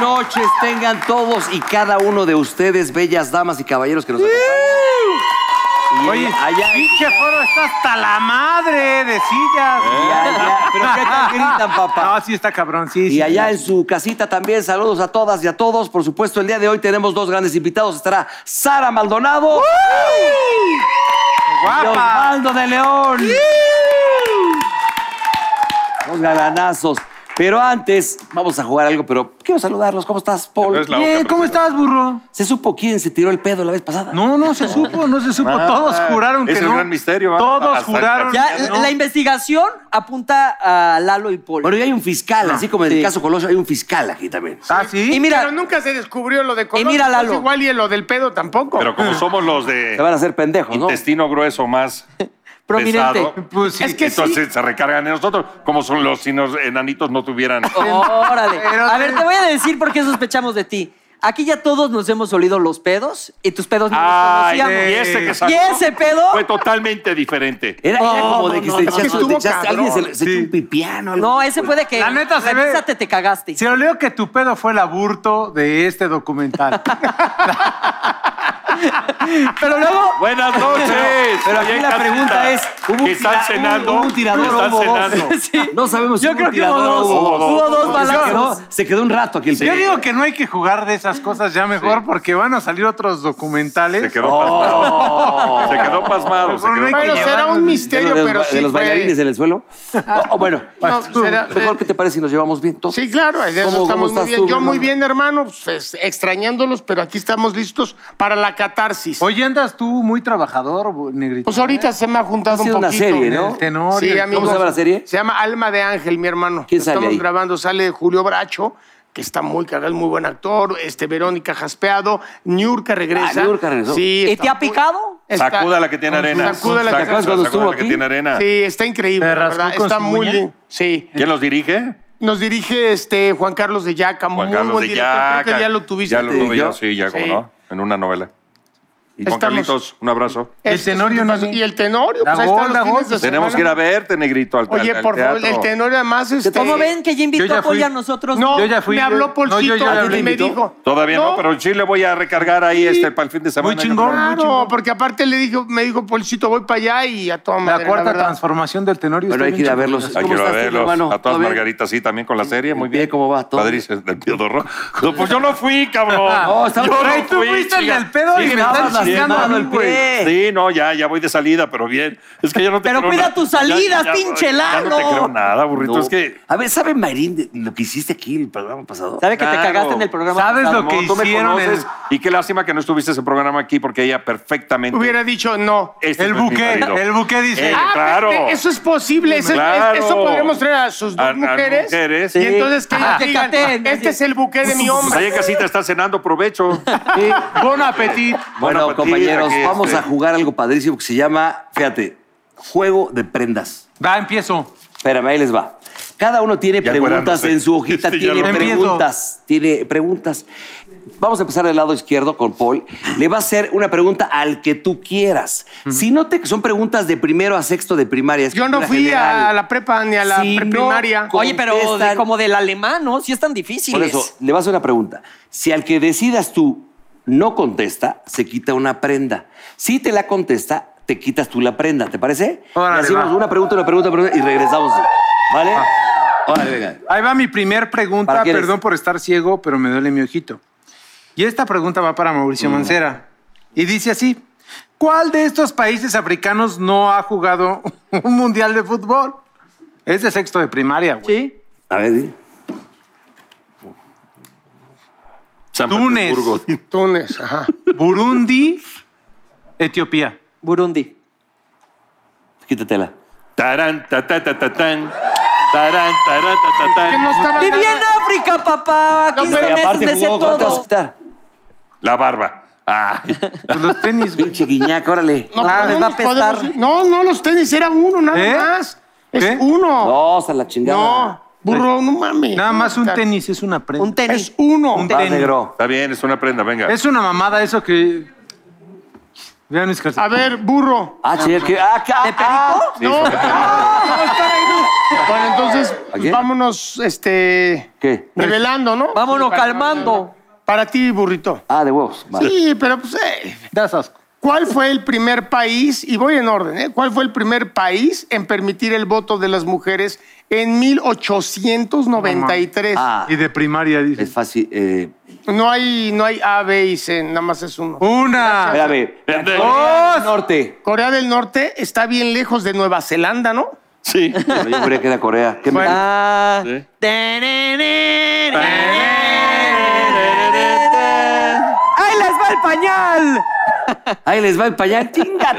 noches tengan todos y cada uno de ustedes, bellas damas y caballeros que nos acompañan. Y Oye, allá, pinche foro está hasta la madre de sillas. y ¿Eh? allá, pero qué tal gritan, papá. No, sí está cabrón, Ah, sí. sí. Y allá en su casita también, saludos a todas y a todos. Por supuesto, el día de hoy tenemos dos grandes invitados. Estará Sara Maldonado y Guapa. Osvaldo de León. Dos galanazos. Pero antes, vamos a jugar algo, pero quiero saludarlos. ¿Cómo estás, Paul? Entonces la boca, Bien, ¿cómo presidente. estás, burro? ¿Se supo quién se tiró el pedo la vez pasada? No, no se supo, no se supo. Nada. Todos juraron que Es el no. gran misterio, ¿va? Todos Hasta- juraron Ah, Ya, que no. La investigación apunta a Lalo y Paul. Bueno, y hay un fiscal, Ah, así como en el caso Colosio, hay un fiscal aquí también. ¿Ah, sí? y mira, Pero nunca se descubrió lo de Colón. Y mira, Lalo. Pues Igual y lo del pedo tampoco. Pero como somos los de Se van a hacer pendejos, ¿no? intestino grueso más prominente. pesado, Pues sí. Es que sí. entonces se recargan en nosotros, como son los si los enanitos no tuvieran. Oh. Órale. Pero- a ver, te voy a decir por qué sospechamos de ti. Aquí ya todos nos hemos olido los pedos y tus pedos no Ay, los y conocíamos. ese que sacó ¿Y ese pedo? fue totalmente diferente. Era, era como de que se Es que echaste, estuvo te echaste- cabrón. alguien se, se Sí. echó un pipiano. algo. No, ese fue de que. La neta se ve- revísate, te cagaste. Se olvidó que tu pedo fue el aburto de este documental. Pero luego. Buenas noches. Pero Oye, aquí la casita, pregunta es, ¿hubo un que están tira- cenando, hubo un tirador están o hubo dos? cenando. Sí. No sabemos si Yo hubo creo un que hubo tirador dos. o hubo dos. Hubo dos Porque se balazos. quedó- Se quedó un rato aquí el Yo pedo. digo que no hay que jugar de esas cosas ya mejor porque van a salir otros documentales. Se Oh. quedó pasmado. Se quedó pasmado. se Pero no quedó hay Bueno, pasmado. que será llevarnos un de de misterio, los, pero de sí. los fue- Ah. bailarines en el suelo. O bueno, No, será- mejor que te parece si nos llevamos bien todos. Sí, claro, de eso ¿Cómo- estamos cómo muy estás bien. tú, Yo muy hermano? bien, hermano, pues, extrañándolos, pero aquí estamos listos para la catarsis. Oye, andas tú muy trabajador, bu- negrito. pues ahorita se me ha juntado Ha sido un una poquito. este, serie, ¿no? El tenor y Sí, el- amigos. ¿Cómo se llama la serie? Se llama Alma de Ángel, mi hermano. ¿Quién sale Estamos ahí? grabando, sale Julio Bracho, que está muy cagado, es muy buen actor, este Verónica Jaspeado, Niurka regresa. Ah, Niurka regresó. Este Sí, ¿Y está te ha muy- picado? está- Sacuda la que tiene arena. Sacuda la que- Sacuda ¿Te acuerdas cuando sacuda la estuvo que aquí? tiene arena. Sí, está increíble, ¿Te la rascó ¿verdad? con Está su muy uña? bien. Sí. ¿Quién los dirige? Nos dirige este Juan Carlos de Yaca, Juan muy Carlos buen de director. Yaca. Creo que ya lo tuviste. Ya lo tú. tuve Yo. yo, sí, ya como Sí. no, en una novela. Y Juan Estamos- Carlitos, un abrazo. El Este, Tenorio ¿qué no pasó? vi. Y el Tenorio, La pues ahí están Gol, la los fines Gol. de Tenemos semana. que ir a verte, negrito, al Oye, al- al por favor, teatro. el Tenorio además este ¿Cómo ven que ya invitó yo ya a Paul fui. y a nosotros? No, Yo ya fui, me yo- habló Polcito no, yo ya hablé. y me ¿Invitó? dijo. Todavía no, pero sí le voy a recargar ahí este para el fin de semana. chingón. cabrón. muy Claro, chingón. porque aparte le dijo, me dijo Polcito, voy para allá y a toda madre. La cuarta verdad. transformación del Tenorio. Bueno, está hay que bien ir a chingona. verlos. Hay ¿Cómo que ir a estás tú, verlos. hermano? A ¿Todo todas bien? Margaritas, sí, también con la serie, muy pie, bien. cómo va? ¿Todo Padrísimo, del pedorro. Pues yo no fui, cabrón. No, estamos- Yo Güey, tú fuiste el chinga. del pedo y me estabas están chisqueando a lastimado mí, el güey. pie. Sí, no, ya, ya voy de salida, pero bien. Es que yo no te Pero creo cuida nada. tus Ya- salidas, ya- pinche ya no te Lalo. creo nada, burrito. No. Es que A ver, ¿sabe Mayrín de lo que hiciste aquí el programa pasado? ¿Sabe que Claro. te cagaste en el programa? ¿Sabes pasado? lo que no, tú me hicieron? el- conoces. Y qué lástima que no estuviste ese programa aquí porque ella perfectamente... Hubiera dicho no. Este El no es mi buque, marido. el buque dice- pues, Eh, Ah, claro. pe- pe- Eso es posible. Eso, es- Claro. eso podríamos traer a sus dos A- a mujeres. mujeres. Y Sí. entonces que ellas Ah, que digan, cateen, así. este es el buque de mi Pues hombre. ahí en casita está cenando, provecho. Sí. Bon appetit. Bueno, Bueno, compañeros, aquí, vamos este. a jugar algo padrísimo que se llama, fíjate, juego de prendas. Va, empiezo. Espérame, ahí les va. Cada uno tiene Ya preguntas acuérdose. en su hojita, Este ya tiene lo- Empiezo. preguntas, tiene preguntas. Vamos a empezar del lado izquierdo con Paul. Le va a hacer una pregunta al que tú quieras. Si no te son preguntas de primero a sexto de primaria. es Yo no cultura fui general. a la prepa ni a la Si no- preprimaria. co- Oye, pero de- contestan- como del alemán, ¿no? Sí es tan difícil. Por eso, le vas a hacer una pregunta. Si al que decidas tú no contesta, se quita una prenda. Si te la contesta, te quitas tú la prenda, ¿te parece? Órale, y hacemos va. Ah. una pregunta, una pregunta, una pregunta y regresamos. ¿Vale? Órale, venga. Ahí va mi primer ¿Para pregunta. quién es? Perdón por estar ciego, pero me duele mi ojito. Y esta pregunta va para Mauricio Mm. Mancera. Y dice así: ¿Cuál de estos países africanos no ha jugado un mundial de fútbol? Es de sexto de primaria, güey. Sí. A ver, di. San Túnez, Petersburgo. Túnez, ajá. Burundi, Etiopía. Burundi. quítatela. Tarán, ta, ta, ta, ta, tan. Tarán, tarán, ta, ta, tan. Que no estaba Viví nada- en África, papá. Y 15 meses me sé ¿cuánto te vas a todo. quitar? La barba. Ah, Ay. Pues los tenis, güey. Pinche guiñaca, órale. No, Ah, pero les va no a nos podemos apestar. ir. No, no, los tenis era uno nada ¿Eh? más. Es ¿Qué? uno. No, hasta la chingada. No, burro, no mames. Nada más un tenis es una prenda. Un tenis. Es uno. Un Vas, tenis. negro. Está bien, es una prenda, venga. Es una mamada eso que. Vean mis calzones. A ver, burro. Ah, che, que... Ah, que- ah, ah. No, no, no, espera, no. Bueno, entonces, ¿A pues, quién? vámonos, este. ¿Qué? Revelando, ¿no? Vámonos calmando. Para ti, burrito. Ah, de huevos. Vale. Sí, pero pues. eh, Das asco. ¿Cuál fue el primer país, y voy en orden, ¿eh? ¿cuál fue el primer país en permitir el voto de las mujeres en 1893? Ah, Y de primaria es dice. fácil. eh, No hay, no hay A, B y C, nada más es uno. Una. espérame. Pendejo. Oh. Corea del Norte. Corea del Norte está bien lejos de Nueva Zelanda, ¿no? Sí. Bueno, yo creía que era Corea. ¿Qué me- Ah. Sí. ¡Ahí les va el pañal! Ahí les va el pañal. Chinga.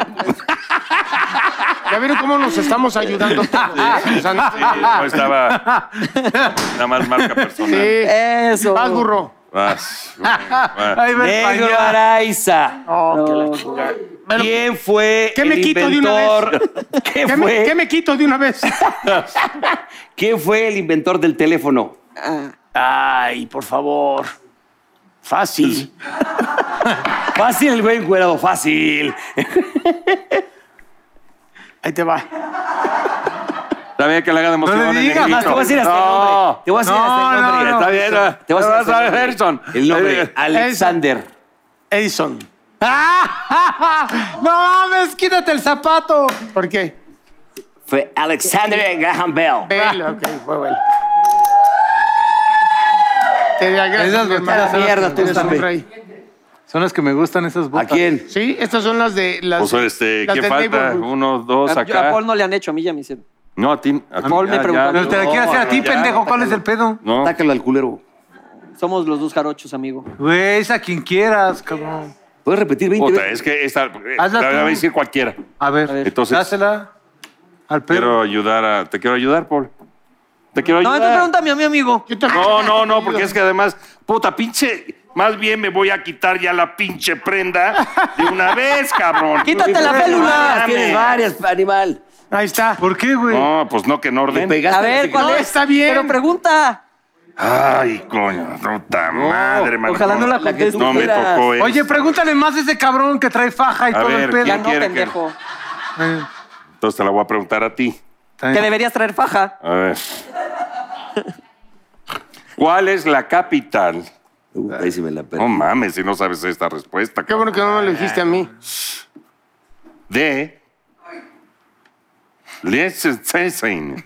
Ya vieron cómo nos estamos ayudando todos. ¿eh? O sea, no- Sí, no estaba. Nada más marca personal. Sí. Eso. Vas, burro. Vas, güey, vas. Ahí va el Negro pañal. Araiza. Oh, ¿Quién fue ¿Qué el me quito de una inventor? ¿Qué ¿Qué fue? me, qué me quito de una vez? ¿Quién fue el inventor del teléfono? Ay, por favor. Fácil. Fácil el güey encuerado, fácil. Ahí te va. Está bien que le haga de emoción. No le el Más, digas, te negrito. voy a decir hasta el nombre. Te voy a decir No, hasta el no, nombre. no. Está bien. eh. Te voy a decir vas hasta a el ver, nombre. Edson. El nombre, Eh, Alexander. Edison. ¡Ah! ¡No mames! ¡Quítate el zapato! ¿Por qué? Fue Alexander Graham Bell. Bell, ok, fue bueno. Te agradezco, Esas mi hermano. botanas son las Mierda, Eres tú un también. rey. Son las que me gustan esas ¿A botas. quién? Sí, estas son las de las. Pues este, las ¿qué del falta? neighborhood. Uno, dos, A, yo- a acá. Paul no le han hecho, a mí ya me hicieron. No, a ti. A ti, Paul me ya, preguntó ya. a mí. Pero te la quiero hacer a ti, Ya. pendejo. ¿Cuál es el pedo? No. Sácalo al culero. Somos los dos jarochos, amigo. Güey, es a quien quieras, cabrón. ¿Puedes repetir 20 Puta, veces? es que esta. Hazla la tú. voy a decir cualquiera. A ver, ver. Entonces- dásela al Quiero pedo. ayudar a. Te quiero ayudar, Paul. Te quiero No, ayudar. entonces pregúntame a mi amigo. Yo también- No, no, no, porque es que además, puta, pinche. Más bien me voy a quitar ya la pinche prenda de una vez, cabrón. Quítate la Tienes pélula. varias, Ah, Tienes varias, animal. Ahí está. ¿Por qué, güey? No, pues no, que en Le orden. pegaste A en la ver, ¿cuál No, es? está bien. Pero pregunta. Ay, coño, puta madre, mano. ojalá no la contestes. No me tocó eso. Oye, pregúntale más a ese cabrón que trae faja y pues- A todo el ver, pedo. Ya ¿quién no, quiere que- pendejo. Eh, Entonces te la voy a preguntar a ti. está Que bien. deberías traer faja. A ver. ¿Cuál es la capital? Puta, Uh, ahí sí me la perdí. No mames, si no sabes esta respuesta. Qué bueno que no me lo dijiste a mí. de Liechtenstein.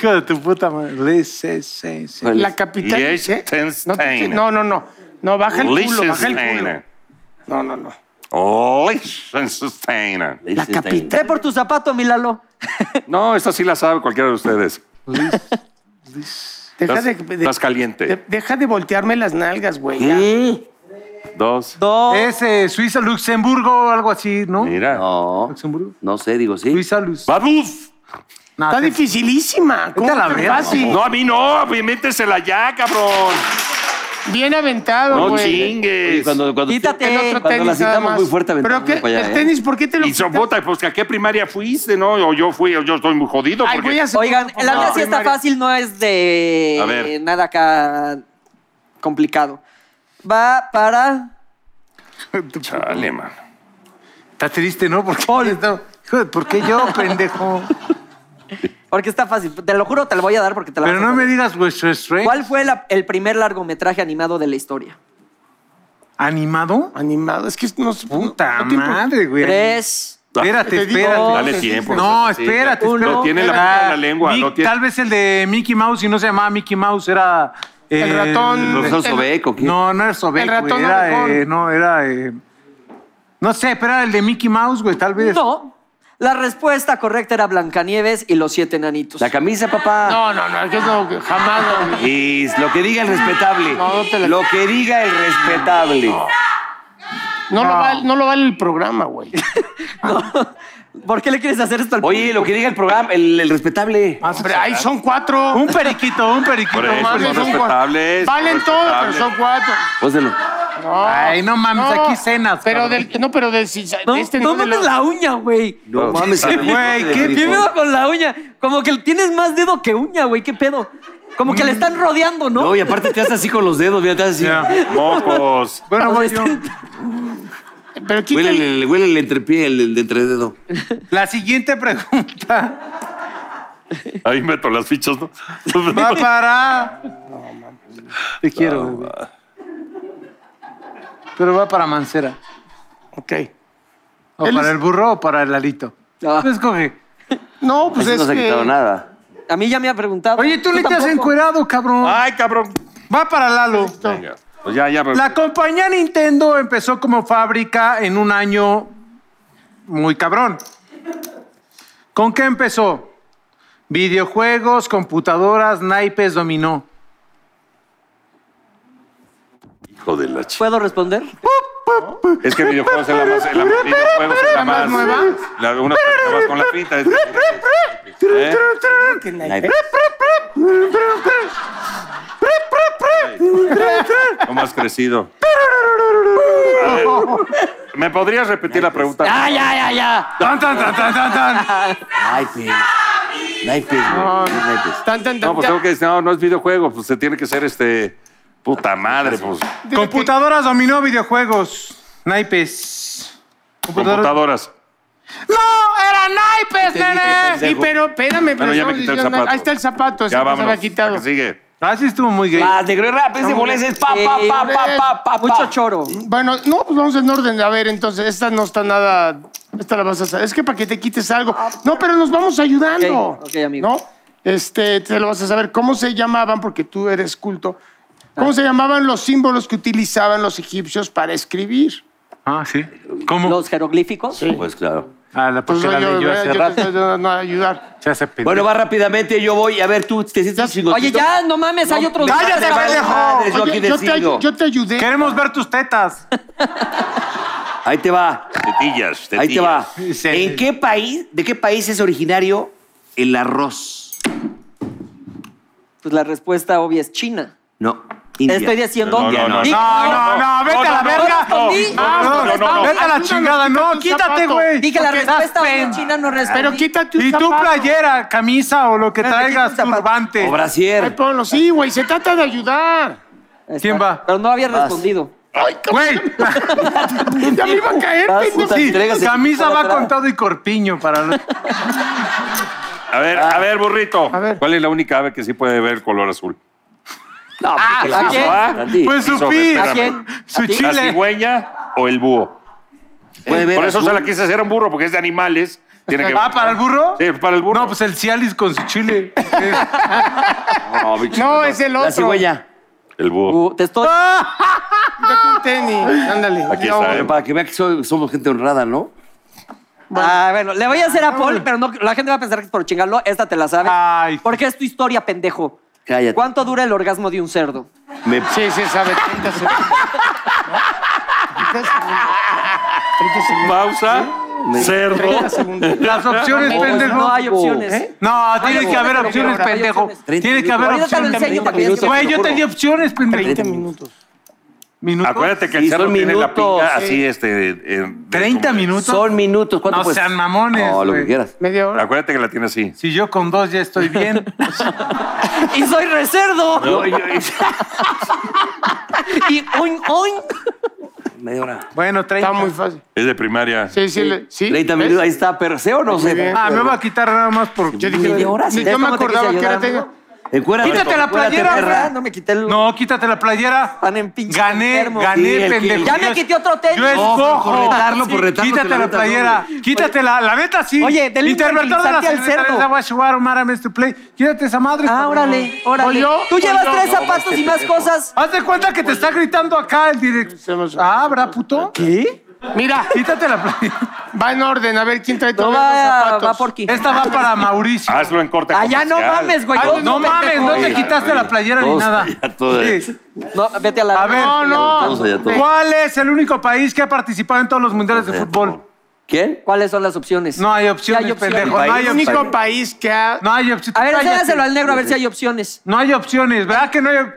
Hijo de tu puta madre. Le- se- se- se- Vale. La capital. ¿eh? No, te- Liechtenstein. no, no, no. No, baja el culo, baja el culo. Liechtenstein. No, no, no. Liechtenstein. Le dices, capita. Trae por tu zapato, mi Lalo. No, esta sí la sabe cualquiera de ustedes. Deja Estás, de, de- estás caliente. Mm. de- deja de voltearme las nalgas, güey. ya. ¿Qué? Dos. Dos. Es eh, Suiza, Luxemburgo o algo así, ¿no? Mira. No, Luxemburgo. no sé, digo sí. Suiza, Luz. ¡Vamos! No, Está te- dificilísima. ¿Cómo Vete a la tan verga, fácil? No, a mí no, pues, métesela ya, cabrón. Bien aventado, No güey. Oye, chingues. cuando, cuando, Quítate. el otro Cuando tenis la nada citamos más. muy fuerte, Pero aventamos qué, para allá, el ¿eh? tenis, ¿por qué te lo Y quitas? soporta, pues que a qué primaria fuiste, ¿no? O yo fui, o yo estoy muy jodido. Ay, porque- voy a hacer- Oigan, la mía sí está Primaria. fácil, no es de A ver. nada acá complicado. Va para. Chale, mano. Está triste, ¿no? ¿Por qué? No. Hijo de- ¿Por qué yo, pendejo? Porque está fácil. Te lo juro, te lo voy a dar porque te la Pero vas a no me saber. digas vuestro strength. ¿Cuál fue la- el primer largometraje animado de la historia? ¿Animado? Animado, es que no se Puta madre, güey. Tres. Espérate, Te digo, espérate. Dale tiempo. No, espérate, Uno, espérate. Lo tiene en la Ah, punta de la lengua, Mick- lo tiene- Tal vez el de Mickey Mouse y no se llamaba Mickey Mouse, era... eh, El ratón. ¿Los dos El- Obeco, ¿qué? No, no era Sobeck, El ratón güey, era, orejón. eh, No, era... eh, no sé, pero era el de Mickey Mouse, güey, tal vez. No. La respuesta correcta era Blancanieves y los siete enanitos. La camisa, papá. No, no, no, que no, jamás. no. Y lo que diga el respetable. No, no te la- Lo que diga el respetable. No, Lo vale, no lo vale el programa, güey. ¿Por qué le quieres hacer esto al Oye, lo que diga el programa, el, el respetable. Hombre, ahí son cuatro. Un periquito, un periquito. Por eso, mames. son son cua- respetables. Valen son todo, pero respetables. son cuatro. Póselo. No. Ay, no mames, aquí cenas, Pero cabrón. del, no, pero del, si- No, este no no de mames la- la uña, güey. No mames, Güey, qué ¿Qué pedo con la uña? Como que tienes más dedo que uña, güey. ¿Qué pedo? Como que le están rodeando, ¿no? No, y aparte te haces así con los dedos, mira, te haces así. Ya. Mocos. Bueno, voy yo. Pero quita el- Huele, huele el entrepié, el, el de entrededo. La siguiente pregunta Ahí meto las fichas, ¿no? Va para. Te quiero, bebé. Pero va para Mancera. Ok. O Él para es- el burro o para el alito. Ah. Tú escoge. No, pues Así es no se ha que- quitado nada. A mí ya me ha preguntado. Oye, tú le te has tampoco. encuerado, cabrón. Ay, cabrón. Va para Lalo. Venga. Pues ya, ya. La compañía Nintendo empezó como fábrica en un año muy cabrón. ¿Con qué empezó? Videojuegos, computadoras, naipes, dominó. Hijo de la chica. ¿Puedo responder? Es que videojuegos es la más. es La, videojuegos es la más. nueva? La, una que vas con la pinta. es- ¿Eh? ¿Cómo has crecido? A ver, ¿Me podrías repetir la pregunta? ¡Ya, ya, ya, ya! Tan, tan, tan, tan, tan, tan. Naipes. pues. Naipes, güey. Naipes. Tan, tan, tan, No, pues tan. tengo que decir, no, no es videojuego, pues se tiene que ser este. Puta madre, pues. Dile Computadoras, dominó, videojuegos, naipes. Computadoras. ¡No! ¡Era naipes, nene! Sí, pendejo. pero espérame, pero Bueno, ya me estamos quité el diciendo- zapato. Ahí está el zapato, ese Ya no se vámonos. había quitado. la que sigue. Ah, sí estuvo muy gay. Más negro y rap, ese bolés es pa, pa, pa, pa, pa, pa, pa. Mucho choro. Bueno, no, pues vamos en orden. A ver, entonces, esta no está nada. Esta la vas a saber. Es que para que te quites algo. No, pero nos vamos ayudando. Ok, ok, amigo. ¿No? Este, te lo vas a saber. ¿Cómo se llamaban? Porque tú eres culto. Ah. ¿Cómo se llamaban los símbolos que utilizaban los egipcios para escribir? Pues, Ah, sí. ¿Cómo? Los jeroglíficos. Pues claro. Ah, la porque Pues, la yo, leyó hace yo te rato. estoy dando a ayudar. Se hace pendejo. Bueno, va rápidamente, yo voy. A ver, tú te sientes chingón. Oye, ya, no mames, hay otros. ¡Cállate, Madre, pendejo! Madres, yo Oye, aquí yo, te, decido. ayu- yo te ayudé. Queremos ver tus tetas. Ahí te va. Tetillas, tetillas. Ahí te va. Sí. ¿En qué país, de qué país es originario el arroz? Pues la respuesta obvia es China. No. Te India. estoy diciendo. No, no, no, Di- No, no, no, vete a la verga. no, respondí. Ah, no, no, no, no. Vete a la chingada, no, quítate, güey. Dije la Porque estás respuesta obvia pen- China, no respondí. Pero quítate un Y tu zapato. playera, camisa o lo que Espérate, traigas, quita un zapato. turbante. O Ay, pues, Brasier. ponlo. Sí, güey, se trata de ayudar. Ahí está. ¿Quién va? Pero no había Vas. respondido. Ay, cabrón, Güey, ya me iba a caer, Vas, pendejo. puta, sí, entregas el camisa equipo va atrás. con todo y corpiño para los- A ver, Ah. a ver, burrito. A ver. ¿Cuál es la única ave que sí puede ver el color azul? No, porque ¿a sí, quién? ¿ah? Pues su Sobre, pi, espérame. quién? su ¿La chile. cigüeña o el búho? Puede ver Por eso azul. se la quise hacer a un burro, porque es de animales. Tiene que Ah, ¿para el burro? Sí, para el burro. No, pues el Cialis con su chile. No, bicho, No, es el La otro. cigüeña. El búho. Uh, te estoy. Quítate un tenis. Ándale. Aquí No, está, güey. ¿eh? Para que vea que soy- somos gente honrada, ¿no? Ah, bueno, le voy a hacer a Paul, pero no, la gente va a pensar que es por chingarlo. Esta te la sabes. Ay. Porque es tu historia, pendejo. Cállate. ¿Cuánto dura el orgasmo de un cerdo? Me- Sí, sí, sabe. 30 segundos. ¿No? 30 segundos. 30 segundos. Pausa, cerdo. 30 segundos. Las opciones, Pues pendejo. no hay opciones. No, tiene que haber pero opciones, ahora hay pendejo. opciones. Tiene que Treinta haber Ahorita te lo opciones. enseño para que minutos. veas que- Güey, yo juro. tenía opciones, pendejo. 30 minutos. ¿Minutos? Acuérdate que el Sí, cerdo son tiene la minutos, pinta sí. así, este. eh, de- 30 como- minutos. Son minutos. ¿Cuánto No pues? sean mamones, No, lo güey. que quieras. Media hora. Acuérdate que la tiene así. Si yo con dos ya estoy bien. Y soy recerdo. No, yo- Y oin, oin. Media hora. Bueno, 30. Está muy fácil. es de primaria. Sí, sí. le- sí 30 ¿ves? minutos. Ahí está, pero ¿sé o no Muy sé? bien. Ah, me va a quitar nada más por. Yo dije, Media hora, ni- sí. yo me ¿Cómo te quise acordaba que ahora ayudar, tengo. amigo? Encuérdate, Quítate la encuérdate, playera, perra. perra. No me quité el. No, quítate la playera. Están en pinche Gané, enfermo. gané, Sí, el que- pendejo. Ya me quité otro tenis. Yo No, escojo. por retarlo, por Sí, retarlo te Quítate la levantas, playera. hombre. Quítatela. La neta sí. Oye, dele Interventor de la tranquilizante al Secretaría cerdo. de Aguashuaro, Mara, Mr. Play. Quítate esa madre. Ah, cabrón. órale, órale. Voy yo, Tú voy llevas yo. tres No, zapatos este y más cosas. Haz de cuenta que te está gritando acá el director. Ah, ¿verdad, puto? ¿Qué? Mira, Quítate la playera. va en orden. A ver quién trae No todos los va, zapatos. va por aquí. Esta va para Mauricio. Hazlo en corte. Ah, Allá no comercial. mames, güey. Ah, Ay, Dos, no pendejo. mames, no te quitaste la playera ni Todos nada. allá, todos allá. Sí. No, vete a la. A ver. No, Todos allá, no. todos. ¿Cuál es el único país que ha participado en todos los mundiales de fútbol? ¿Quién? ¿Cuáles son las opciones? No hay opciones, Sí hay opciones. pendejo. No hay El País. opciones. único país que ha. No hay opciones. A ver, Cállate. enséñaselo al negro a ver si hay opciones. No hay opciones, ¿verdad que no hay op-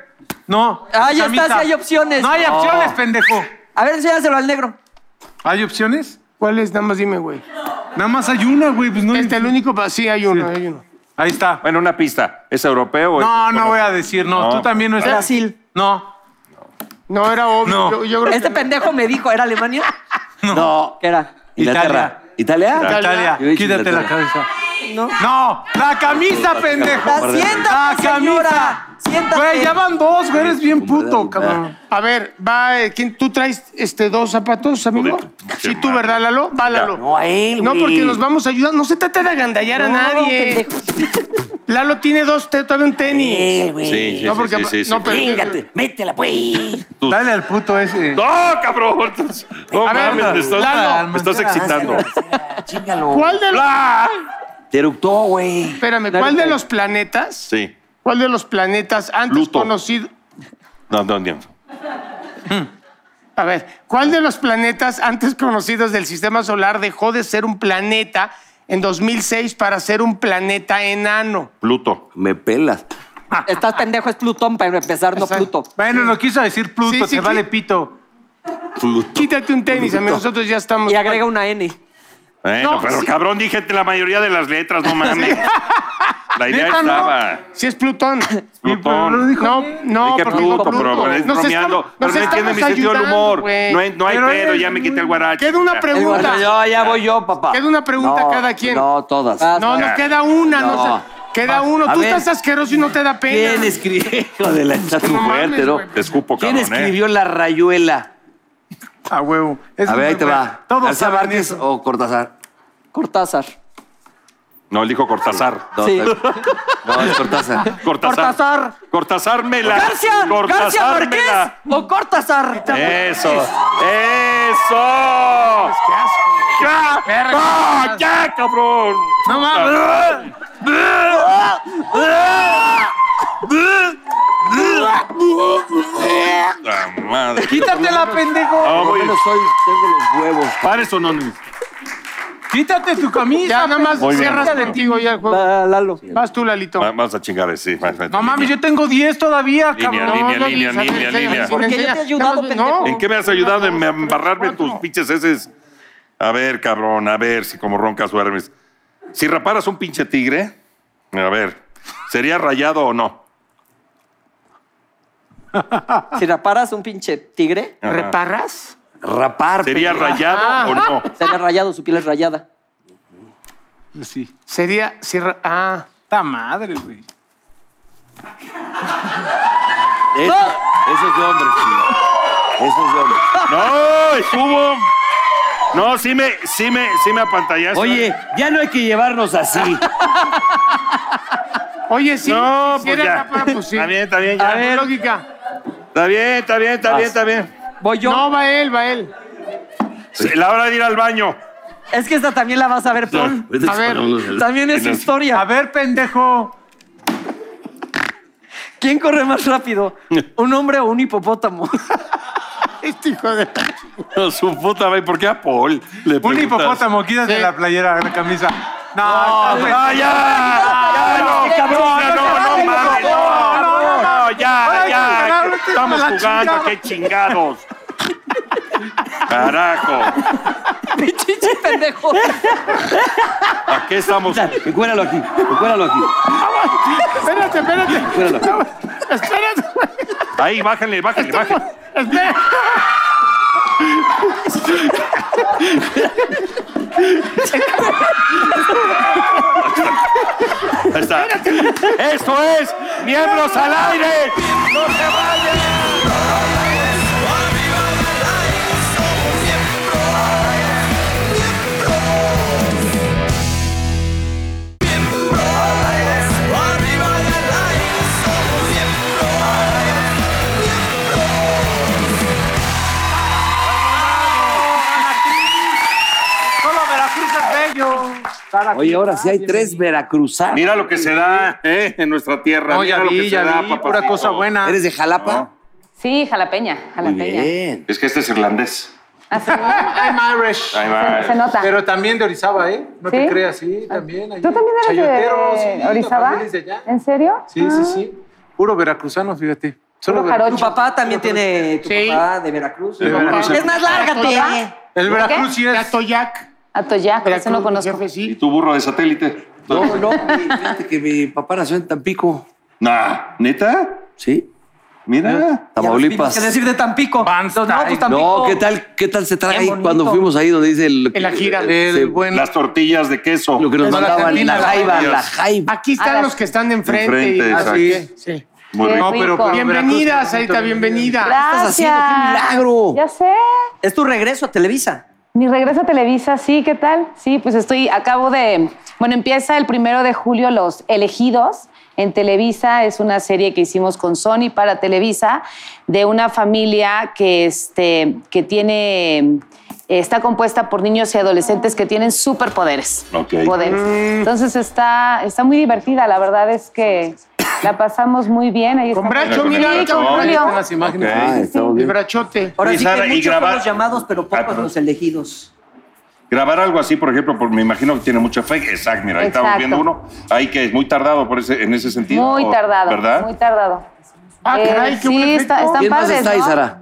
No. Ahí Ah, está, Samita. sí hay opciones. No hay No. opciones, pendejo. A ver, enséñaselo al negro. ¿Hay opciones? ¿Cuál es? Nada más dime, güey. Nada más hay una, güey. Pues no hay- Este, el único país. Sí, hay uno, Sí. hay uno. Ahí está. Bueno, una pista. ¿Es europeo o es- No, no voy a decir, no. No. Tú también no estás. Brasil. No. No, era obvio. No. Yo, yo creo Este que no. pendejo me dijo, ¿era Alemania? No. ¿Qué era? Inglaterra. ¿Italia? Italia. Italia, Yo dije quítate la Inglaterra. cabeza. ¿no? No, la camisa, pendejo. La siéntate, señora. Siéntate. Güey, ya van dos, güey. Eres bien puto, cabrón. A ver, va, eh, ¿quién, ¿tú traes este, dos zapatos, amigo? Joder, tu pinche Sí, tú, madre. ¿verdad, Lalo? Va, Lalo. No, a él, No, güey. porque nos vamos a ayudar. No se trata de agandallar a nadie. pendejo. Lalo tiene dos, te- todavía un tenis. Eh, güey. Sí, sí, No, sí, porque- sí, sí, sí. no, pero- Véngate, métela, pues. Dale al puto ese. ¡No, cabrón! No A ver, mames, me estás, Lalo. me estás excitando. Chingalo. ¿Cuál de los, ¡Bla! Te eructó, güey. espérame, ¿cuál de los planetas? Sí. ¿Cuál de los planetas antes Pluto. conocido? No, no, no. A ver, ¿cuál de los planetas antes conocidos del sistema solar dejó de ser un planeta en 2006 para ser un planeta enano? Pluto. Me pelas. Estás pendejo, es Plutón para empezar, no Exacto. Pluto. Bueno, no quiso decir Pluto, Sí, sí, te sí. vale pito. Pluto. Quítate un tenis, amigo, nosotros ya estamos. Y agrega una N. Bueno, No, Eh, pero sí. cabrón, dije la mayoría de las letras, no mames. La idea Neta, no. estaba. Si es Plutón. Pero Plutón. dijo- No, no, Dije porque Pluto, dijo pero Pluto. es Nos bromeando. estamos- pero nos no entiende estamos mi sentido del ayudando, humor. güey. No hay, no hay Pero pedo, eres ya me quité el muy- guarache. Queda una Ya. pregunta. Bueno, yo, ya voy yo, papá. Queda una pregunta No, cada quien. No, todas. Ah, No, nos queda una, no, No. sé. Queda uno. A Tú ver. estás asqueroso y no te da pena. ¿Quién escribió? Hijo de la está tu No mames, fuerte, ¿no? güey. Te escupo, ¿Quién cabrón, ¿eh? escribió La Rayuela? A huevo. Es A ver, ahí te muy va. bueno. Todos ¿García saben Márquez eso. o Cortázar? Cortázar. ¿eh? No, él dijo Cortázar. No, Sí. es- no, es Cortázar. Cortázar. Cortázar. Cortázar Mela. García, García Cortázar Márquez Mela. o Cortázar. Eh. Eso. Eso. Qué asco. ¡Ya! ¡Ah, ¡Ya, cabrón! No mames. ¡La madre! Quítatela, pendejo. Ah, voy. Bueno, soy, tengo los huevos. Pares o no. Quítate tu camisa. Ya, nada más Muy bien. cierras contigo ya el juego. Va, Lalo. Vas tú, Lalito. Va- Vamos a chingar, sí. va- va- No mames, yo tengo 10 todavía, Línea, cabrón. línea, línea, no, Luis, a ver, línea, enseña, línea. enseña, Porque yo te he enseña. ayudado, No, pendejo. ¿En qué me has ayudado en embarrarme cuatro. tus pinches heces? A ver, cabrón, a ver si como roncas duermes. Si raparas un pinche tigre, a ver, ¿sería rayado o no? Si raparas un pinche tigre, Ajá. ¿Reparas? Rapar. ¿Sería pendejo. rayado Ah. o no? sería rayado, su piel es rayada. Sí. Sería. Cierra. Ah. Está madre, güey. Eso, eso es de hombre, Eso es de hombre. ¡No! ¡Estuvo! No, sí me, sí me, sí me apantallaste. Oye, ya no hay que llevarnos así. Oye, sí. no, si pues era ya. rapar, pues sí. Está bien, está bien, ya. A ver. Lógica. Está bien, está bien, está bien, está bien. Voy yo. No, va él, va él. Sí, La hora de ir al baño. Es que esta también la vas a ver, Paul. A ver. También es A historia. ver, pendejo. ¿Quién corre más rápido? ¿Un hombre o un hipopótamo? Este hijo de. No, su puta madre, ¿por qué a Paul le Un preguntas? hipopótamo, quítate Sí. la playera, la camisa. No, ¡Ah, está ya! ¡Ya, no, cabrón! ¡No, no, mames! ¡No, no, no! ¡Ya, ya! Estamos jugando, qué chingados. Carajo, Pinche pendejo. ¿a qué estamos? Encuéralo aquí, encuéralo aquí, Espérate, espérate. encuéralo. Espérate, güey. Ahí, bájenle, bájenle, bájenle. Espérate. Ahí está. ¡Esto es Miembros al Aire! ¡No se vayan! Solo Veracruz es bello. Oye, ahora sí hay tres veracruzanos. Mira lo que se da eh, en nuestra tierra. No, Mira ya lo vi, que se ya da, vi. papacito. Pura cosa buena. ¿Eres de Jalapa? Sí, jalapeña, Muy jalapeña. bien. Es que este es irlandés. Así, I'm Irish. Ahí se, se va. nota. Pero también de Orizaba, ¿eh? No te ¿Sí? creas, sí, también. ahí. ¿Tú también eres Chayoteros, sí, de la Orizaba? familia es de allá. ¿En serio? Sí, sí, Ah. sí. Puro veracruzano, fíjate. Solo Puro Veracruz. Tu papá también tiene. Tu Sí. papá Ah, de Veracruz. De Veracruz. Es más, lárgate. El Veracruz sí es. Atoyac. Atoyac, eso Veracruz, no conozco. jefe, ¿Y sí. tu burro de satélite? No, no, mi- fíjate que mi papá nació en Tampico. Nah, ¿neta? ¿Sí? Mira. Tamaulipas. Es decir, de Tampico. Bans- Los guapos Ay, Tampico. No, ¿qué tal, qué tal se trae Qué ahí bonito. cuando fuimos ahí donde dice el, En la gira. se- El buen- Las tortillas de queso. lo que nos En la mandaban, cantina, la la jaiba, jaiba. la jaiba. Aquí están los que están de enfrente. y- Enfrente, así exacto. que, sí. Muy Qué rico. No, pero rico. por Bienvenida, Veracruz, Sarita, bienvenida. Gracias. haciendo? ¡Qué milagro! Ya sé. Es tu regreso a Televisa. Mi regreso a Televisa, sí, ¿qué tal? Sí, pues estoy, acabo de, bueno, empieza el primero de julio Los Elegidos en Televisa, es una serie que hicimos con Sony para Televisa, de una familia que, este, que tiene, está compuesta por niños y adolescentes que tienen superpoderes. Ok. Poderes. Entonces está, está muy divertida, la verdad es que la pasamos muy bien. Ahí Con está. Bracho, Con mira, el ahí Bracho. están Julio. las imágenes. Ok. Ah, estamos El bien. brachote. Ahora Y sí Sara, que y muchos grabar- son los llamados, pero pocos Ah, perdón. los elegidos. Grabar algo así, por ejemplo, por, me imagino que tiene mucha fe. Exacto, mira, ahí estamos Exacto. viendo uno. Ahí que es muy tardado por ese, en ese sentido. Muy o- tardado, Oh, ¿Verdad? muy tardado. Ah, Eh, caray, qué sí, buen está- efecto. están ¿Quién más padres, está ahí, ¿no? Sara?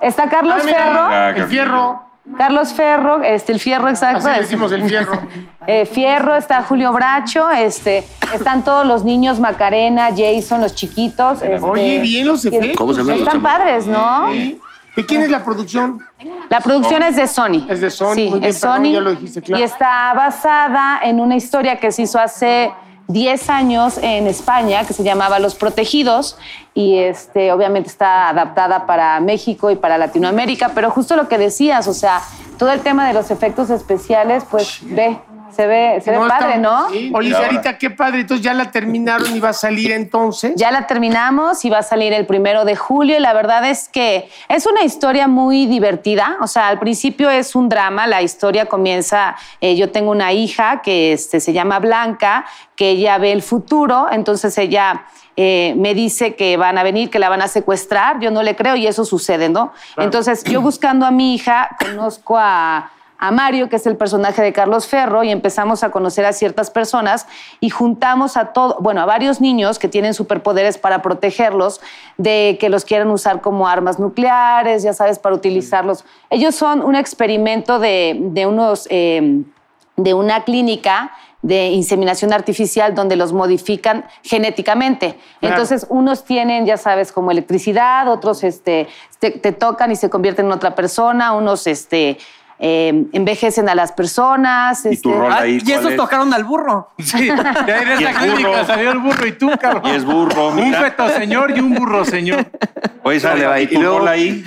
Está Ah, Carlos mira, Ferro. Ah, El Carlos fierro. Carlos Ferro, este, el Fierro, exacto. Así le decimos el fierro. Eh, Fierro, está Julio Bracho, este, están todos los niños, Macarena, Jason, los chiquitos. este, Oye, bien los efectos. ¿Cómo se llaman los Están chamacos? padres, ¿no? Sí. ¿De quién es la producción? La producción es de Sony. Oh. Es de Sony, Sí, muy bien, es perdón, Sony. ya lo dijiste, claro. Y está basada en una historia que se hizo hace 10 años en España, que se llamaba Los Protegidos. Y este, obviamente está adaptada para México y para Latinoamérica. Pero justo lo que decías, o sea, todo el tema de los efectos especiales, pues ve, se ve, se ve está- padre, ¿no? Sí. Oye, Sarita, qué padre. Entonces ya la terminaron y va a salir entonces. Ya la terminamos y va a salir el primero de julio. Y la verdad es que es una historia muy divertida. O sea, al principio es un drama. La historia comienza. eh, yo tengo una hija que este, se llama Blanca, que ella ve el futuro. Entonces ella. eh, me dice que van a venir, que la van a secuestrar, yo no le creo y eso sucede, ¿no? Entonces, yo buscando a mi hija, conozco a, a Mario, que es el personaje de Carlos Ferro, y empezamos a conocer a ciertas personas y juntamos a todo, bueno, a varios niños que tienen superpoderes para protegerlos de que los quieran usar como armas nucleares, ya sabes, para utilizarlos. Ellos son un experimento de, de unos. eh, de una clínica de inseminación artificial donde los modifican genéticamente. Entonces, unos tienen, ya sabes, como electricidad, otros este, te, te tocan y se convierten en otra persona, unos este, eh, envejecen a las personas. Y tu este- rol Ah, ahí. y ¿cuál esos es? tocaron al burro. Sí, de ahí de Y esa es clínica burro. salió el burro y tú, cabrón. Y es burro, Un mira. feto señor y un burro señor. Oye, Dale, Sara, va, ¿y y tu luego- rol ahí?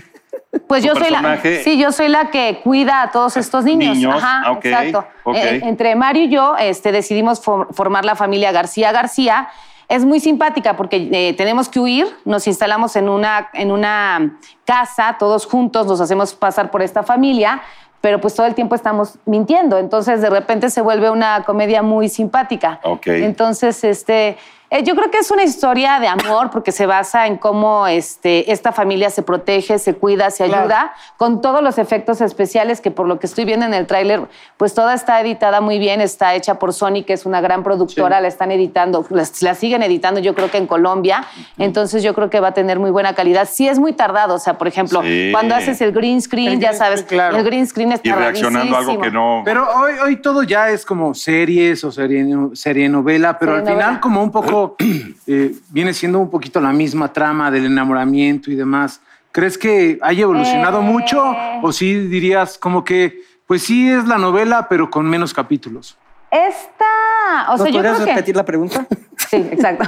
Pues tu yo soy, la, personaje- Eh, sí, yo soy la que cuida a todos estos niños. Niños, Ajá, ok, exacto. ok. Eh, entre Mario y yo este, decidimos for- formar la familia García García. Es muy simpática porque eh, tenemos que huir, nos instalamos en una, en una casa, todos juntos nos hacemos pasar por esta familia, pero pues todo el tiempo estamos mintiendo, entonces de repente se vuelve una comedia muy simpática. Ok. Entonces, entonces, este, eh, yo creo que es una historia de amor porque se basa en cómo este, esta familia se protege, se cuida, se ayuda, con todos los efectos especiales que por lo que estoy viendo en el tráiler, pues toda está editada muy bien, está hecha por Sony, que es una gran productora, la están editando, la, la siguen editando yo creo que en Colombia, entonces yo creo que va a tener muy buena calidad. Sí es muy tardado, o sea, por ejemplo, Sí. cuando haces el green screen, El ya green sabes, screen, claro. el green screen es Y reaccionando a algo que tardadísimo. no. Pero hoy, hoy todo ya es como series o serie, serie novela, pero al Telenovela. final como un poco eh, viene siendo un poquito la misma trama del enamoramiento y demás. ¿Crees que haya evolucionado Eh. mucho o sí dirías como que, pues sí es la novela, pero con menos capítulos? Esta, o sea, ¿Nos yo podrías creo que... repetir la pregunta? Sí, exacto.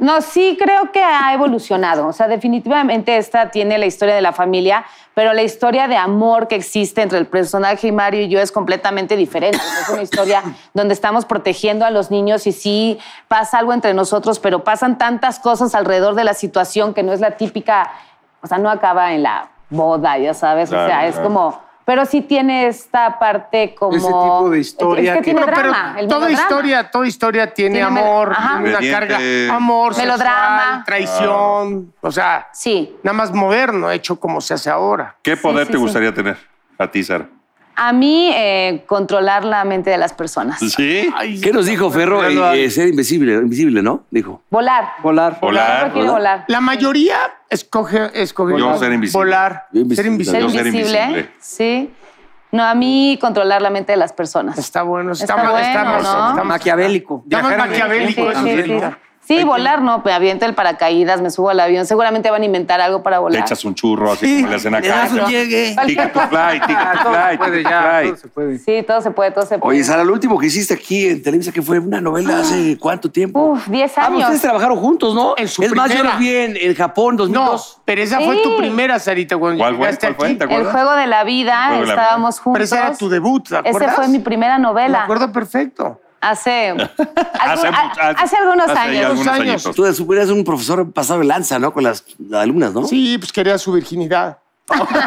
No, sí creo que ha evolucionado. O sea, definitivamente esta tiene la historia de la familia, pero la historia de amor que existe entre el personaje y Mario y yo es completamente diferente. O sea, Es una historia donde estamos protegiendo a los niños y sí pasa algo entre nosotros, pero pasan tantas cosas alrededor de la situación que no es la típica, o sea, no acaba en la boda, ya sabes. o sea, Claro, es claro. como... Pero sí tiene esta parte como... Ese tipo de Es- historia Es que que- tiene Pero, pero drama, el toda melodrama. historia, toda historia tiene, Tiene mel- amor, ajá. tiene una carga, Ingrediente. amor, Melodrama. sexual, traición, o sea, Sí. nada más moderno, hecho como se hace ahora. ¿Qué Sí, poder sí, te sí. gustaría tener a ti, Sara? A mí, eh, controlar la mente de las personas. ¿Sí? Ay, ¿Qué nos dijo Ferro? Pero no- Eh, eh, ser invisible, invisible, ¿no? Dijo. Volar. Volar. Yo Volar. prefiero volar. La mayoría escoge, escoge Yo volar, ser invisible. volar, Yo invisible. ser Yo invisible. Ser ser invisible. invisible. Sí. No, a mí controlar la mente de las personas. Está bueno, está, Está ma- bueno, está más, ¿no? está más- Maquiavélico. está más Viajar en el maquiavélico. tiempo eso también, sí. ¿no? Sí, volar no, me aviento el paracaídas, me subo al avión. Seguramente van a inventar algo para Le volar. echas un churro, así como le hacen le acá. das un llegue. Ticket to fly, ticket Ah, to todo se fly, puede ticket ya, to fly. todo se puede. Sí, todo se puede, todo se puede. Oye, Sara, lo último que hiciste aquí en Televisa, que fue una novela hace cuánto tiempo. Uf, 10 Ah, pues, años. ustedes trabajaron juntos, ¿no? En su es más, yo primera. los vi en, en Japón, No, 2002. pero esa Sí. fue tu primera, Sarita, cuando ¿Cuál fue? llegaste ¿Cuál fue? aquí. ¿Te El acuerdas? juego de la vida, El juego de la estábamos Pero juntos. ese era tu debut, ¿te acuerdas? Ese fue mi primera Me novela. acuerdo perfecto. Hace, Hace algún- mucho- a- hace algunos hace ya años. algunos años. añitos. Tú de su- eres un profesor pasado de lanza, ¿no? Con las alumnas, ¿no? Sí, pues quería su virginidad.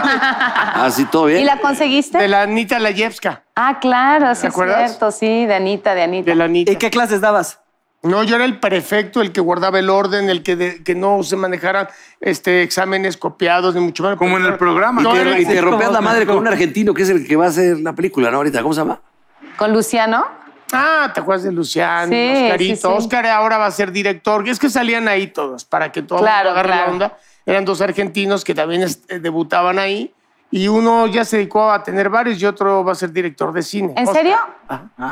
Ah, sí, todo bien. ¿Y la conseguiste? De la Anita Layevska. Ah, claro, sí, es acuerdas? cierto, sí, de Anita, de Anita. De la Anita. ¿Y qué clases dabas? No, yo era el prefecto, el que guardaba el orden, el que, de- que no se manejaran este, exámenes copiados, ni mucho menos. Como en el programa. Y No, te, era- y te rompías la madre con un argentino que es el que va a hacer la película, ¿no? Ahorita, ¿cómo se llama? ¿Con Luciano? Ah, ¿te acuerdas de Luciano, Sí, Oscarito? sí, sí. Oscar ahora va a ser director. Es que salían ahí todos, para que todo Claro, agarre claro. la onda. Eran dos argentinos que también este, debutaban ahí. Y uno ya se dedicó a tener varios y otro va a ser director de cine. ¿En Oscar. serio?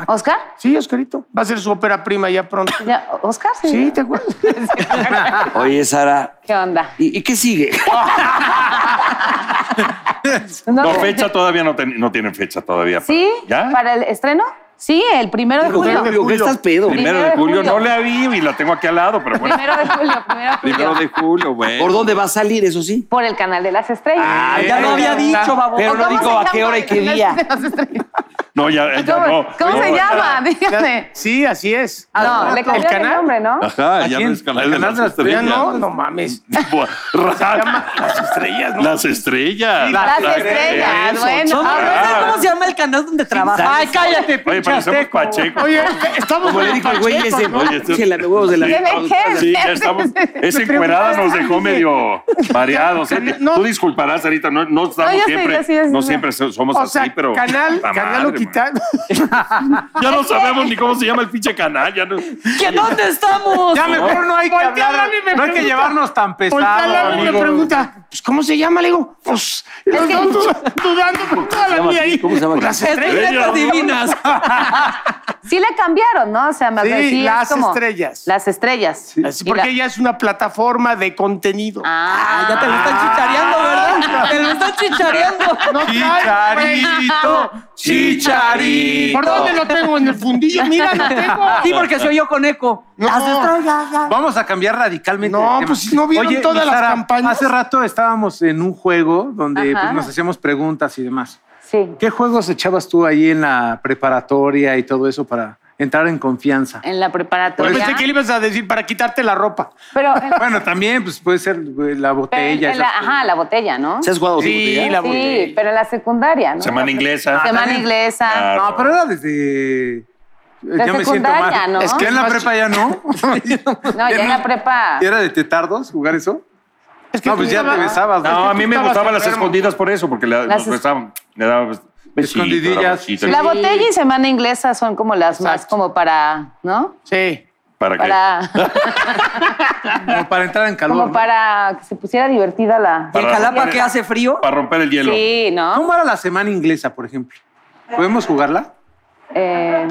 ¿Óscar? Sí, Oscarito. Va a ser su ópera prima ya pronto. Ya, ¿Óscar? Sí, ¿te acuerdas? Oye, Sara, ¿Qué onda? ¿y, y qué sigue? No, fecha todavía no, ten- no tienen fecha todavía. ¿Sí? ¿Ya? ¿Para el estreno? Sí, el primero de julio. Digo, ¿qué estás pedo? Primero de julio. No le vi y la tengo aquí al lado, pero bueno. Primero de julio, primero de julio. Primero de julio, güey. ¿Por dónde va a salir, eso sí? Por el canal de las estrellas. Ah, Ya lo había dicho, babo. Pero no ¿Cómo digo se a qué llama hora y el qué canal día. de las estrellas? No, ya, ya ¿Cómo, no. cómo No, se ya- llama? Dígame. Sí, así es. Ah, No, le ¿El cambiaron el canal? nombre, ¿no? Ajá, Ah, ya quién? no es canal ¿Al de canal las de las Ya estrellas. no, no mames. Buah, ra- Las estrellas, ¿no? Las estrellas. Las Las estrellas, bueno. Son- Ah, ¿sabes ¿Cómo se llama el canal donde trabajas? Ay, cállate. Oye, parecemos pachecos. Oye, este- estamos Como le en dijo el güey ese, Pacheco, ¿no? Oye, esto- "Pinche la- huevos de la- ¿Qué me qué? Sí, ya estamos. Esa encuerada nos dejó medio mareados. ¿eh? No. Tú disculparás, ahorita, no, no estamos No, yo sé, siempre. yo sé, yo sé, no yo sé. siempre so- somos O así, sea, pero. canal, puta canal lo madre, man. quitaron. Ya no sabemos ni cómo se llama el pinche canal. Ya no. ¿Qué- ¿Dónde estamos? Ya mejor no hay que Voltea hablar, Lalo y me no hay que pregunta. llevarnos tan Voltea a pesado, Lalo y me amigo. pregunta, pues, ¿cómo se llama? Le digo, pues, y los que- dos duda- dudando por toda la llama? vida ahí. ¿Cómo se llama? Las estrellas. Estrellas divinas. Sí le cambiaron, ¿no? O sea, me Sí, acuerdo, es las como- estrellas. Las estrellas. Así, Y la- Porque ella es una plataforma de contenido. Ah, ya te lo están chichareando, ¿verdad? Te lo están chichareando. No trae, güey. Chicharito, chicharito. ¿Por dónde lo tengo? En el fundillo. Mira, lo tengo. Sí, porque soy yo con eco. No. Las estrellas. Vamos a cambiar radicalmente. No, de tema. pues, si no vieron Oye, todas y las Sara, campañas. Hace rato estábamos en un juego donde Ajá. pues, nos hacíamos preguntas y demás. Sí. ¿Qué juegos echabas tú ahí en la preparatoria y todo eso para entrar en confianza? En la Yo preparatoria. pensé que le ibas a decir para quitarte la ropa. Pero en, Bueno, también pues, puede ser güey, la botella. en Eh, la, esas ajá, la botella, ¿no? ¿Se has jugado Sí, botella? la sí, botella. pero en la secundaria, ¿no? Semana inglesa. Semana inglesa. Ah, cosas. No, pero era desde... ya me siento secundaria, mal. ¿no? Es que en la prepa ya no. No, ya en la prepa. ¿Y era de tetardos jugar eso? Es No, pues ya te besabas. güey. No, a mí me estabas gustaban las enfermo. escondidas por eso, porque la- Las nos es- besaban. Le daban bes- besito, era Escondidillas. besito. La botella y semana inglesa son como las más Exacto. como para, ¿no? Sí. ¿Para qué? Para, Como para entrar en calor. como ¿no? para que se pusiera divertida la. ¿Y en Para Jalapa romper- que hace frío? Para romper el hielo. Sí, ¿no? ¿Cómo era la semana inglesa, por ejemplo? ¿Podemos jugarla? Eh,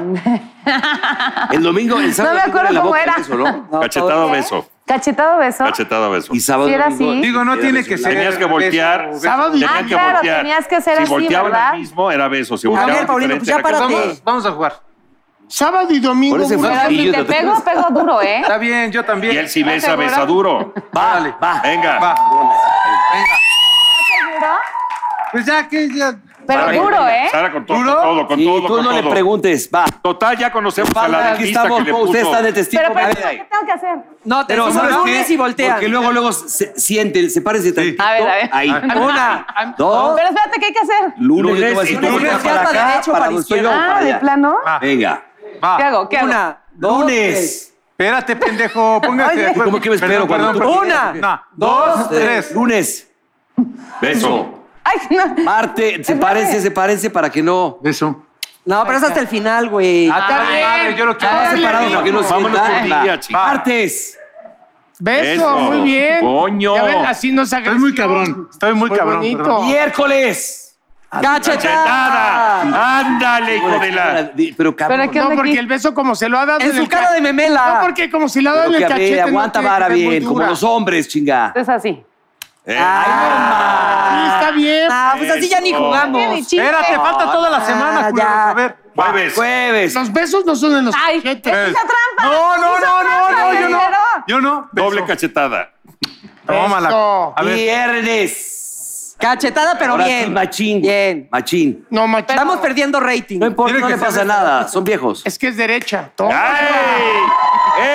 El domingo, el sábado. No me acuerdo la cómo boca, era. Eso, ¿no? Cachetado beso. cachetado beso. Cachetado beso. Y sábado. Sí, era domingo, así. Digo, no era tiene beso. que La ser. Tenías que beso, voltear. beso. Sábado y Tenías Ah, que claro, voltear. tenías que hacer si así, volteaban ¿verdad? al mismo, era beso. Si Pues, a volteaban ver, Paulino, diferente, pues ya era párate. Vamos, cachetado. vamos a jugar. Sábado y domingo. Por ese güey. Pero si Yo te no te- pego, pego duro, ¿eh? Está bien, yo Y también. él sí ¿Estás besa, seguro? besa duro. Va, va. Venga. Va. Venga. ¿Seguro? Pues ya que ya. Pero Sara, duro, venga. ¿eh? Sara, con todo, ¿Duro? con todo, con Y todo. tú con no le todo. preguntes, va. Total, ya conocemos a la Aquí artista estamos, que le todos, puso. ustedes están de testigo. Pero, pero, A ¿qué ver, tengo que hacer? No, te pero decimos, ¿sabes no qué? ves y voltean. Porque luego, luego se sienten, sepárense tantito. A ver, a ver. Ahí. Una. Dos. Pero espérate, ¿qué hay que hacer? Lunes, yo te voy a decir, lunes, lunes, lunes, para para acá, derecho, para para donde estoy yo, izquierda. para Ah, ¿de allá. plano? Va. Venga. Va. ¿Qué hago? ¿Qué hago? Una. dos, Lunes. Espérate, pendejo. Póngase de acuerdo. ¿Cómo que me espero cuando tú- Una, No, dos, Tres. tres. Lunes. Beso. Ay, no. Marte, sepárense, sepárense para que no. Beso. No, pero es hasta el final, güey. Ah, está madre, yo lo quiero. Ah, separado para que no Vámonos sientan. un día, Va. chica. Martes. Beso, Eso. muy bien. Coño. Ya ven, así nos agresión. Estoy muy cabrón, estoy muy cabrón, bonito. perdón. Miércoles. Ah, ¡Cachetada! ¡Cachetada! ¡Ándale, hijo de la! Pero cabrón. Pero ¿Qué No, onda porque aquí? el beso como se lo ha dado. En el su cara ca- de memela. No, porque como si le ha dado en Pero el que, a ver, cachete. no aguanta tiene que vara ser muy bien, como dura. los hombres, chinga. Es así. Eh, Sí, está bien. Ah, pues así ya ni Eso. jugamos. Espérate, falta toda la semana, Ah, ya. culeros. A ver. jueves. Jueves. Los besos no son en los Ay, es cachetes. esa trampa. No, no, no, no, no, yo no. Yo no. Doble Beso. cachetada. Tómala. Eso. A ver. Viernes. Cachetada, pero Ahora bien. sí, machín. Bien. Machín. No, machito. Estamos perdiendo rating. No importa, Tiene no que le ser pasa de- nada. Son viejos. Es que es derecha. Ah. Toma. ¡Ay!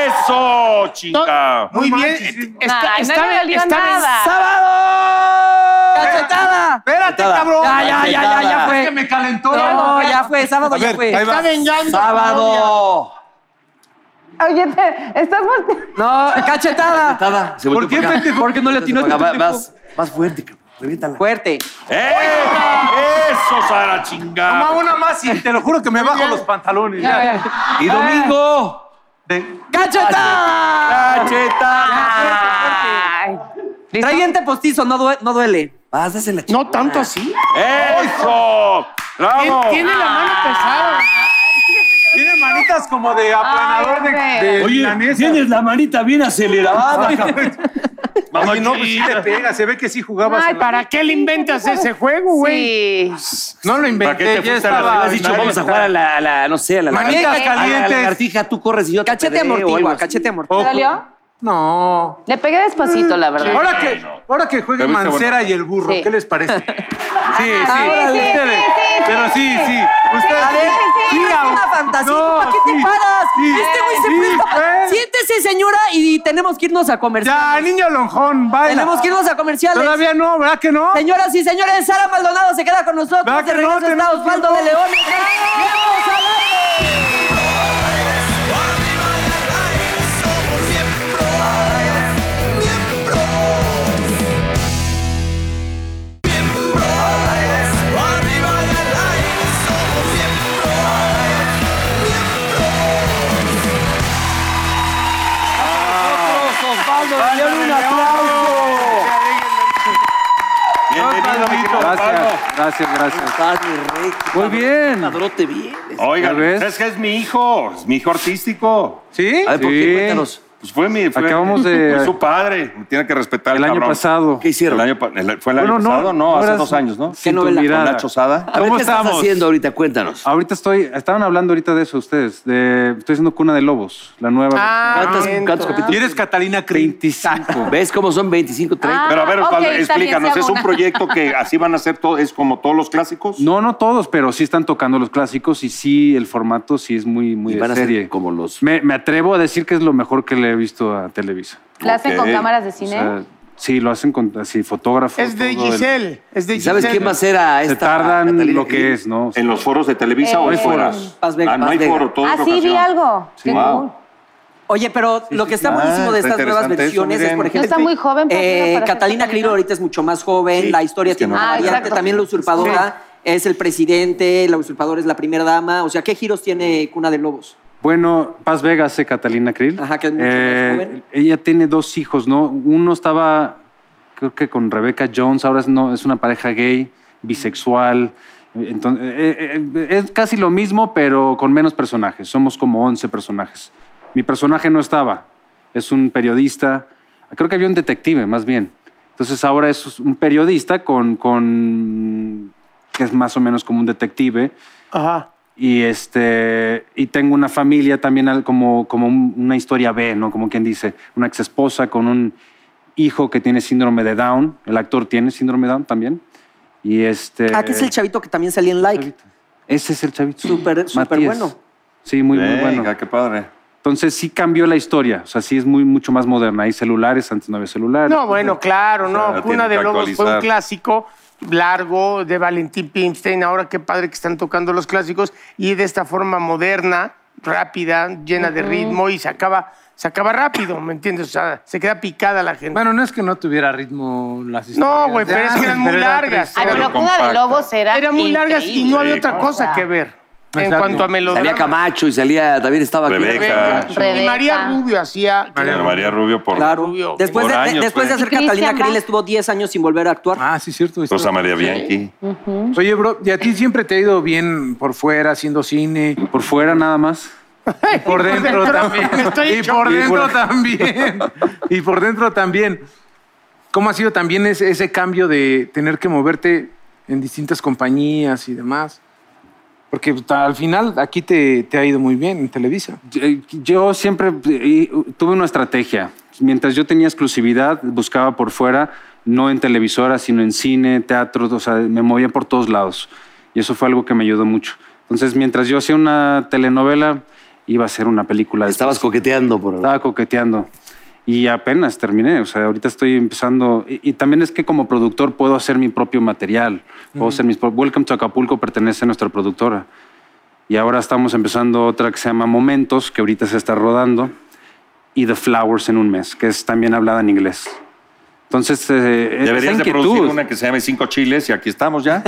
¡Eso, chinga! Muy No bien. manches, sí. Está, Ay, no está- le dolió está- nada. ¡Cachetada! Espérate, Nada. cabrón. Ya, ya, ya, ya, ya fue. Que me calentó. No, ya fue, sábado A ya ver, fue. ahí está va. vengando. Sábado. Oye, te, estás volteando. No, cachetada. Nada. Se ¿Por volteó qué, para acá. pendejo? ¿Por qué no le atinó? Va- va- Vas, vas fuerte, cabrón. Reviéntala. Fuerte. ¡Eh! ¡Eso, Sara, chinga! Toma una más y te lo juro que me bajo los pantalones. ya. Y domingo. De- ¡Cachetada! Cacheta. Ay. Trae diente postizo, no, due- no duele. Vas, dásela. chica. No tanto así. ¡Eso! ¡Bravo! Tiene la mano pesada. Tiene manitas como de aplanador de, Ay, de Oye, milanesa. tienes la manita bien acelerada. cabrón. Mamá Oye, no, pues sí le pega. Se ve que sí jugabas. Ay, a la- ¿Para qué le inventas ese juego, güey? Sí. No lo inventé. ¿Para qué te ya fuiste a estaba- la- Has dicho, vamos a jugar a la, a la, no sé, a la Manitas lagartija. A la calientes. lagartija, tú corres y yo te Cachete pedreo o algo amortigua, así. cachete amortigua. ¿Te dolió? No. Le pegué despacito, la verdad. Ahora que, ahora que juegue Te viste Mancera y el burro, Sí. ¿qué les parece? Sí, sí, sí, ustedes. sí, sí, Pero sí, sí. Ustedes. A ver, sí, es a- una fantasía. no, ¿Para qué sí, te paras? sí, este güey se sí, presta. pues. Siéntese, señora, y tenemos que irnos a Ya, comerciales. niño lonjón, baila. tenemos que irnos a comerciales. Todavía no, ¿verdad que no? Señoras y señores, Sara Maldonado se queda con nosotros. ¿Verdad De que no? regreso está Tenemos Osvaldo de tiempo. León. ¡Vamos al aire! Osvaldo, dale un aplauso. Bienvenido, mi querido Pablo. Gracias, gracias, gracias. Ah, Estás mi rey. Muy bien. Oh, Padrote bien. Oigan, ¿Ya ves? es que es mi hijo, es mi hijo artístico. ¿Sí? A ver, ¿por Sí. qué? Cuéntanos. Pues fue mi. Fue, Acabamos de- Fue su padre. Me tiene que respetar El el, año cabrón. pasado. ¿Qué hicieron? El año, pa- el- ¿Fue el año Bueno, no, pasado? No, no hace eras- dos años, ¿no? Sin tu novela? Con mirada. Nacho Sada. A ver, ¿Cómo ¿qué estás estamos? Ah, haciendo ahorita? Cuéntanos. Ahorita estoy, estaban hablando ahorita de eso ustedes, de, estoy haciendo Cuna de Lobos, la nueva. Ah. ¿Cuántas, ¿Cuántos versión. y capítulos? eres Catalina Crin. 25. ¿Ves cómo son 25, 30? Ah, Pero a ver, Osvaldo, ok, está bien, explícanos. se ¿Es hago un una. proyecto que así van a ser todo, es como todos los clásicos? No, no todos, pero sí están tocando los clásicos y sí, el formato sí es muy, muy y van de a ser serie. como los... Me, me atrevo a decir que es lo mejor que le he visto a Televisa. ¿La hacen con Ok. cámaras de O cine? sea, sí, lo hacen con así, fotógrafos. Es de todo el- Giselle. Es de ¿Y sabes Giselle. quién va a ser a Se esta? tardan Catalina lo que Krill? es, ¿no? O sea, ¿En los foros de Televisa Eh, o hay fuera? foros. Paz Vega, Ah, no Paz hay Vega. foro, todo ah, es sí, vi locación. algo. Qué Wow. cool. Oye, pero lo que está sí. buenísimo Ah, de está estas nuevas interesante eso, versiones es, miren. por No ejemplo, está muy joven, por eh, ejemplo, para ser Catalina Catalina. Criro ahorita es mucho más joven, Sí, la historia es que tiene no. una Ah, variante, exacto. también la usurpadora es el presidente, la usurpadora es la primera dama, o sea, ¿qué giros tiene Cuna de Lobos? Bueno, Paz Vega hace Catalina Krill. Eh, Ajá, que es mucho más joven. Ella tiene dos hijos, ¿no? Uno estaba, creo que con Rebecca Jones, ahora es, no, es una pareja gay, bisexual. Entonces, eh, eh, es casi lo mismo, pero con menos personajes. Somos como 11 personajes. Mi personaje no estaba. Es un periodista. Creo que había un detective, más bien. Entonces ahora es un periodista con, con que es más o menos como un detective. Ajá. Y este y tengo una familia también al- como, como un- una historia B, ¿no? Como quien dice, una exesposa con un hijo que tiene síndrome de Down. El actor tiene síndrome de Down también. Y Eh, este Ah, que es el chavito que también salía en Like. chavito. Ese es el chavito. Súper- súper Matías. bueno. Sí, muy, muy Venga, bueno. qué padre. Entonces sí cambió la historia, o sea, sí es muy mucho más moderna. Hay celulares, antes no había celulares. No, bueno, claro, Claro, no. tienen Cuna de que Lobos fue un actualizar. clásico largo de Valentín Pimstein. Ahora qué padre que están tocando los clásicos y de esta forma moderna, rápida, llena de ritmo y se acaba, se acaba rápido, ¿me entiendes? O sea, se queda picada la gente. Bueno, no es que no tuviera ritmo las historias. güey, pero es que eran muy Pero eran largas. tres Ay, horas. pero Pero Cuna de compacta. Lobos era Eran muy largas y increíble. no había otra o cosa sea. que ver. en Exacto. cuanto a melodía. Salía Camacho y salía, también estaba aquí. Rebeca. Y Rebeca. María Rubio hacía. María Ana María Rubio por Claro. Rubio, Después, por de, años, después de pues. hacer Y Catalina Cristian Krill, Bach. estuvo 10 años sin volver a actuar. Ah, sí, cierto. esto- Rosa María Bianchi. Oye, bro, ¿y a ti siempre te ha ido bien por fuera, haciendo cine? Por fuera nada más. Y por dentro también. me estoy Y por hecho- dentro Y por- también. Y por dentro también. ¿Cómo ha sido también ese, ese cambio de tener que moverte en distintas compañías y demás? Porque pues, al final aquí te, te ha ido muy bien en Televisa. Yo- Yo siempre eh, tuve una estrategia. Mientras yo tenía exclusividad, buscaba por fuera, no en televisora, sino en cine, teatro, o sea, me movía por todos lados. Y eso fue algo que me ayudó mucho. Entonces, mientras yo hacía una telenovela, iba a hacer una película. Estabas coqueteando por Ah, Estaba coqueteando. Y apenas terminé, o sea, ahorita estoy empezando. Y, y también es que como productor puedo hacer mi propio material. Puedo hacer mis pro- Welcome to Acapulco pertenece a nuestra productora. Y ahora estamos empezando otra que se llama Momentos, que ahorita se está rodando. Y The Flowers en un mes, que es también hablada en inglés. Entonces, eh, esa Deberías de inquietud. producir una que se llame Cinco Chiles y aquí estamos ya.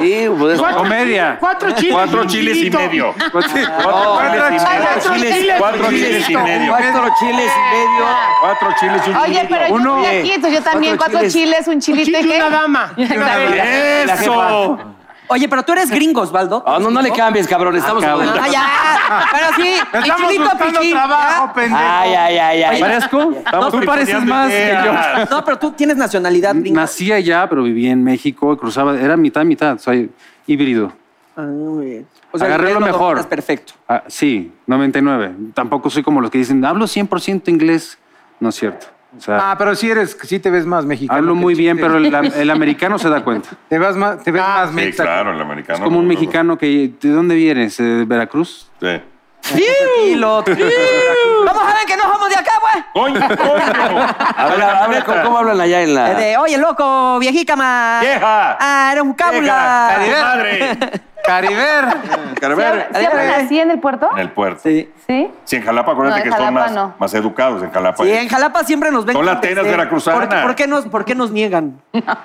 Sí, pues, Cuatro comedia. chiles, Cuatro chiles. Cuatro un chiles y chilito. medio. Oh, Cuatro chiles. Cuatro chiles y medio. Cuatro chiles y medio. Cuatro chiles y un Oye, chilito. pero Uno. yo estoy aquí, entonces yo también Cuatro cuatro chiles. chiles, un chilito Chile y y qué. una dama. La ¡Eso! jefa. Oye, pero tú eres gringo, Osvaldo. Ah, no, no le cambies, cabrón. Estamos Ah, hablando- cabrón. Ah, ya. Pero sí, Estamos pichilito a buscando pichín, trabajo, ¿ya? pendejo. Ay, ay, ay, ay. ¿Parezco? Tú pareces picoteando más que yo. ideas. No, pero tú tienes nacionalidad gringa. Nací allá, pero viví en México y cruzaba. Era mitad, mitad. Soy híbrido. Ah, muy bien. Agarré inglés lo no mejor. dominas perfecto. Ah, sí, 99. Tampoco soy como los que dicen, hablo 100% inglés. No es cierto. O sea, Ah, pero sí eres, sí te ves más mexicano. hablo que muy chiste. bien, pero el, el americano se da cuenta. Te ves más, te ves más Ah, Sí, mexa. claro, el americano. Es como un mexicano que, ¿de dónde vienes? Eh, ¿De Veracruz? Sí. Tranquilo. Vamos a ver que no somos de acá, pues. güey. ¡Coño, coño! A ver, a ver, ¿cómo, cómo hablan allá en la...? De, Oye, loco, viejica más. ¡Vieja! Ah, era un ¡Vieja! cábula. ¡A tu madre! Cariber. Carver. ¿Se hablan así en el puerto? En el puerto. Sí. Sí. Sí. en Jalapa, acuérdate No, que en son Jalapa más, no. más educados en Jalapa. Sí, en Jalapa siempre nos ven. pues. Son con latinas desdén. veracruzanas. ¿Por, por qué nos, ¿Por qué nos niegan? Claro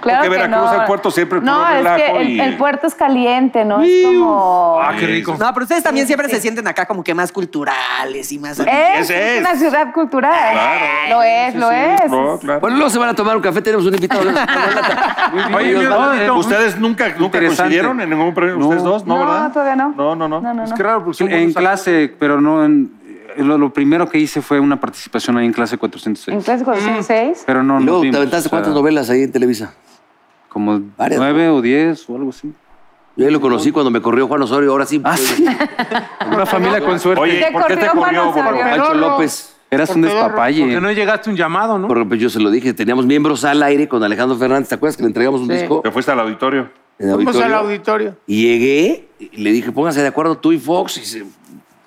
Porque que Veracruz, no. el puerto siempre puro No, es relajo que y- el, el puerto es caliente, ¿no? Es como... Ah, qué rico. Pues, No, pero ustedes también siempre se sienten acá como que más culturales y Eh. más. Es, Ese es. es una ciudad cultural. Claro. Lo es, lo es. No, claro. Bueno, luego se van a tomar un café, tenemos un invitado. Oye, mi Osvaldo, hermanito. eh, ¿Ustedes nunca, nunca Interesante. coincidieron en ningún premio? ¿Ustedes No. dos? No, No, ¿verdad? todavía no. No, no, no. No, no, no. Es que raro, Pues porque son en buenos clase, pero no en... eh, Lo, lo primero que hice fue una participación ahí en clase En 406. clase 406. Pero no, no Luego, vimos, ¿te aventaste o sea, cuántas novelas ahí en Televisa? Como Varias, nueve o diez o algo así. Yo ahí lo conocí cuando me corrió Juan Osorio, ahora Ah, sí. Pues, Una familia con suerte. Oye, Te ¿por qué te corrió Juan corrió? Osorio. gordo? Pancho López. Pues, Eras un despapalle. Porque no llegaste a un llamado, ¿no? Porque pues, yo se lo dije, teníamos miembros al aire con Alejandro Fernández, ¿te acuerdas que le entregamos un Sí. disco? ¿Te fuiste al auditorio? En el Vamos al auditorio? auditorio. Y llegué y le dije, pónganse de acuerdo tú y Fox. Y se-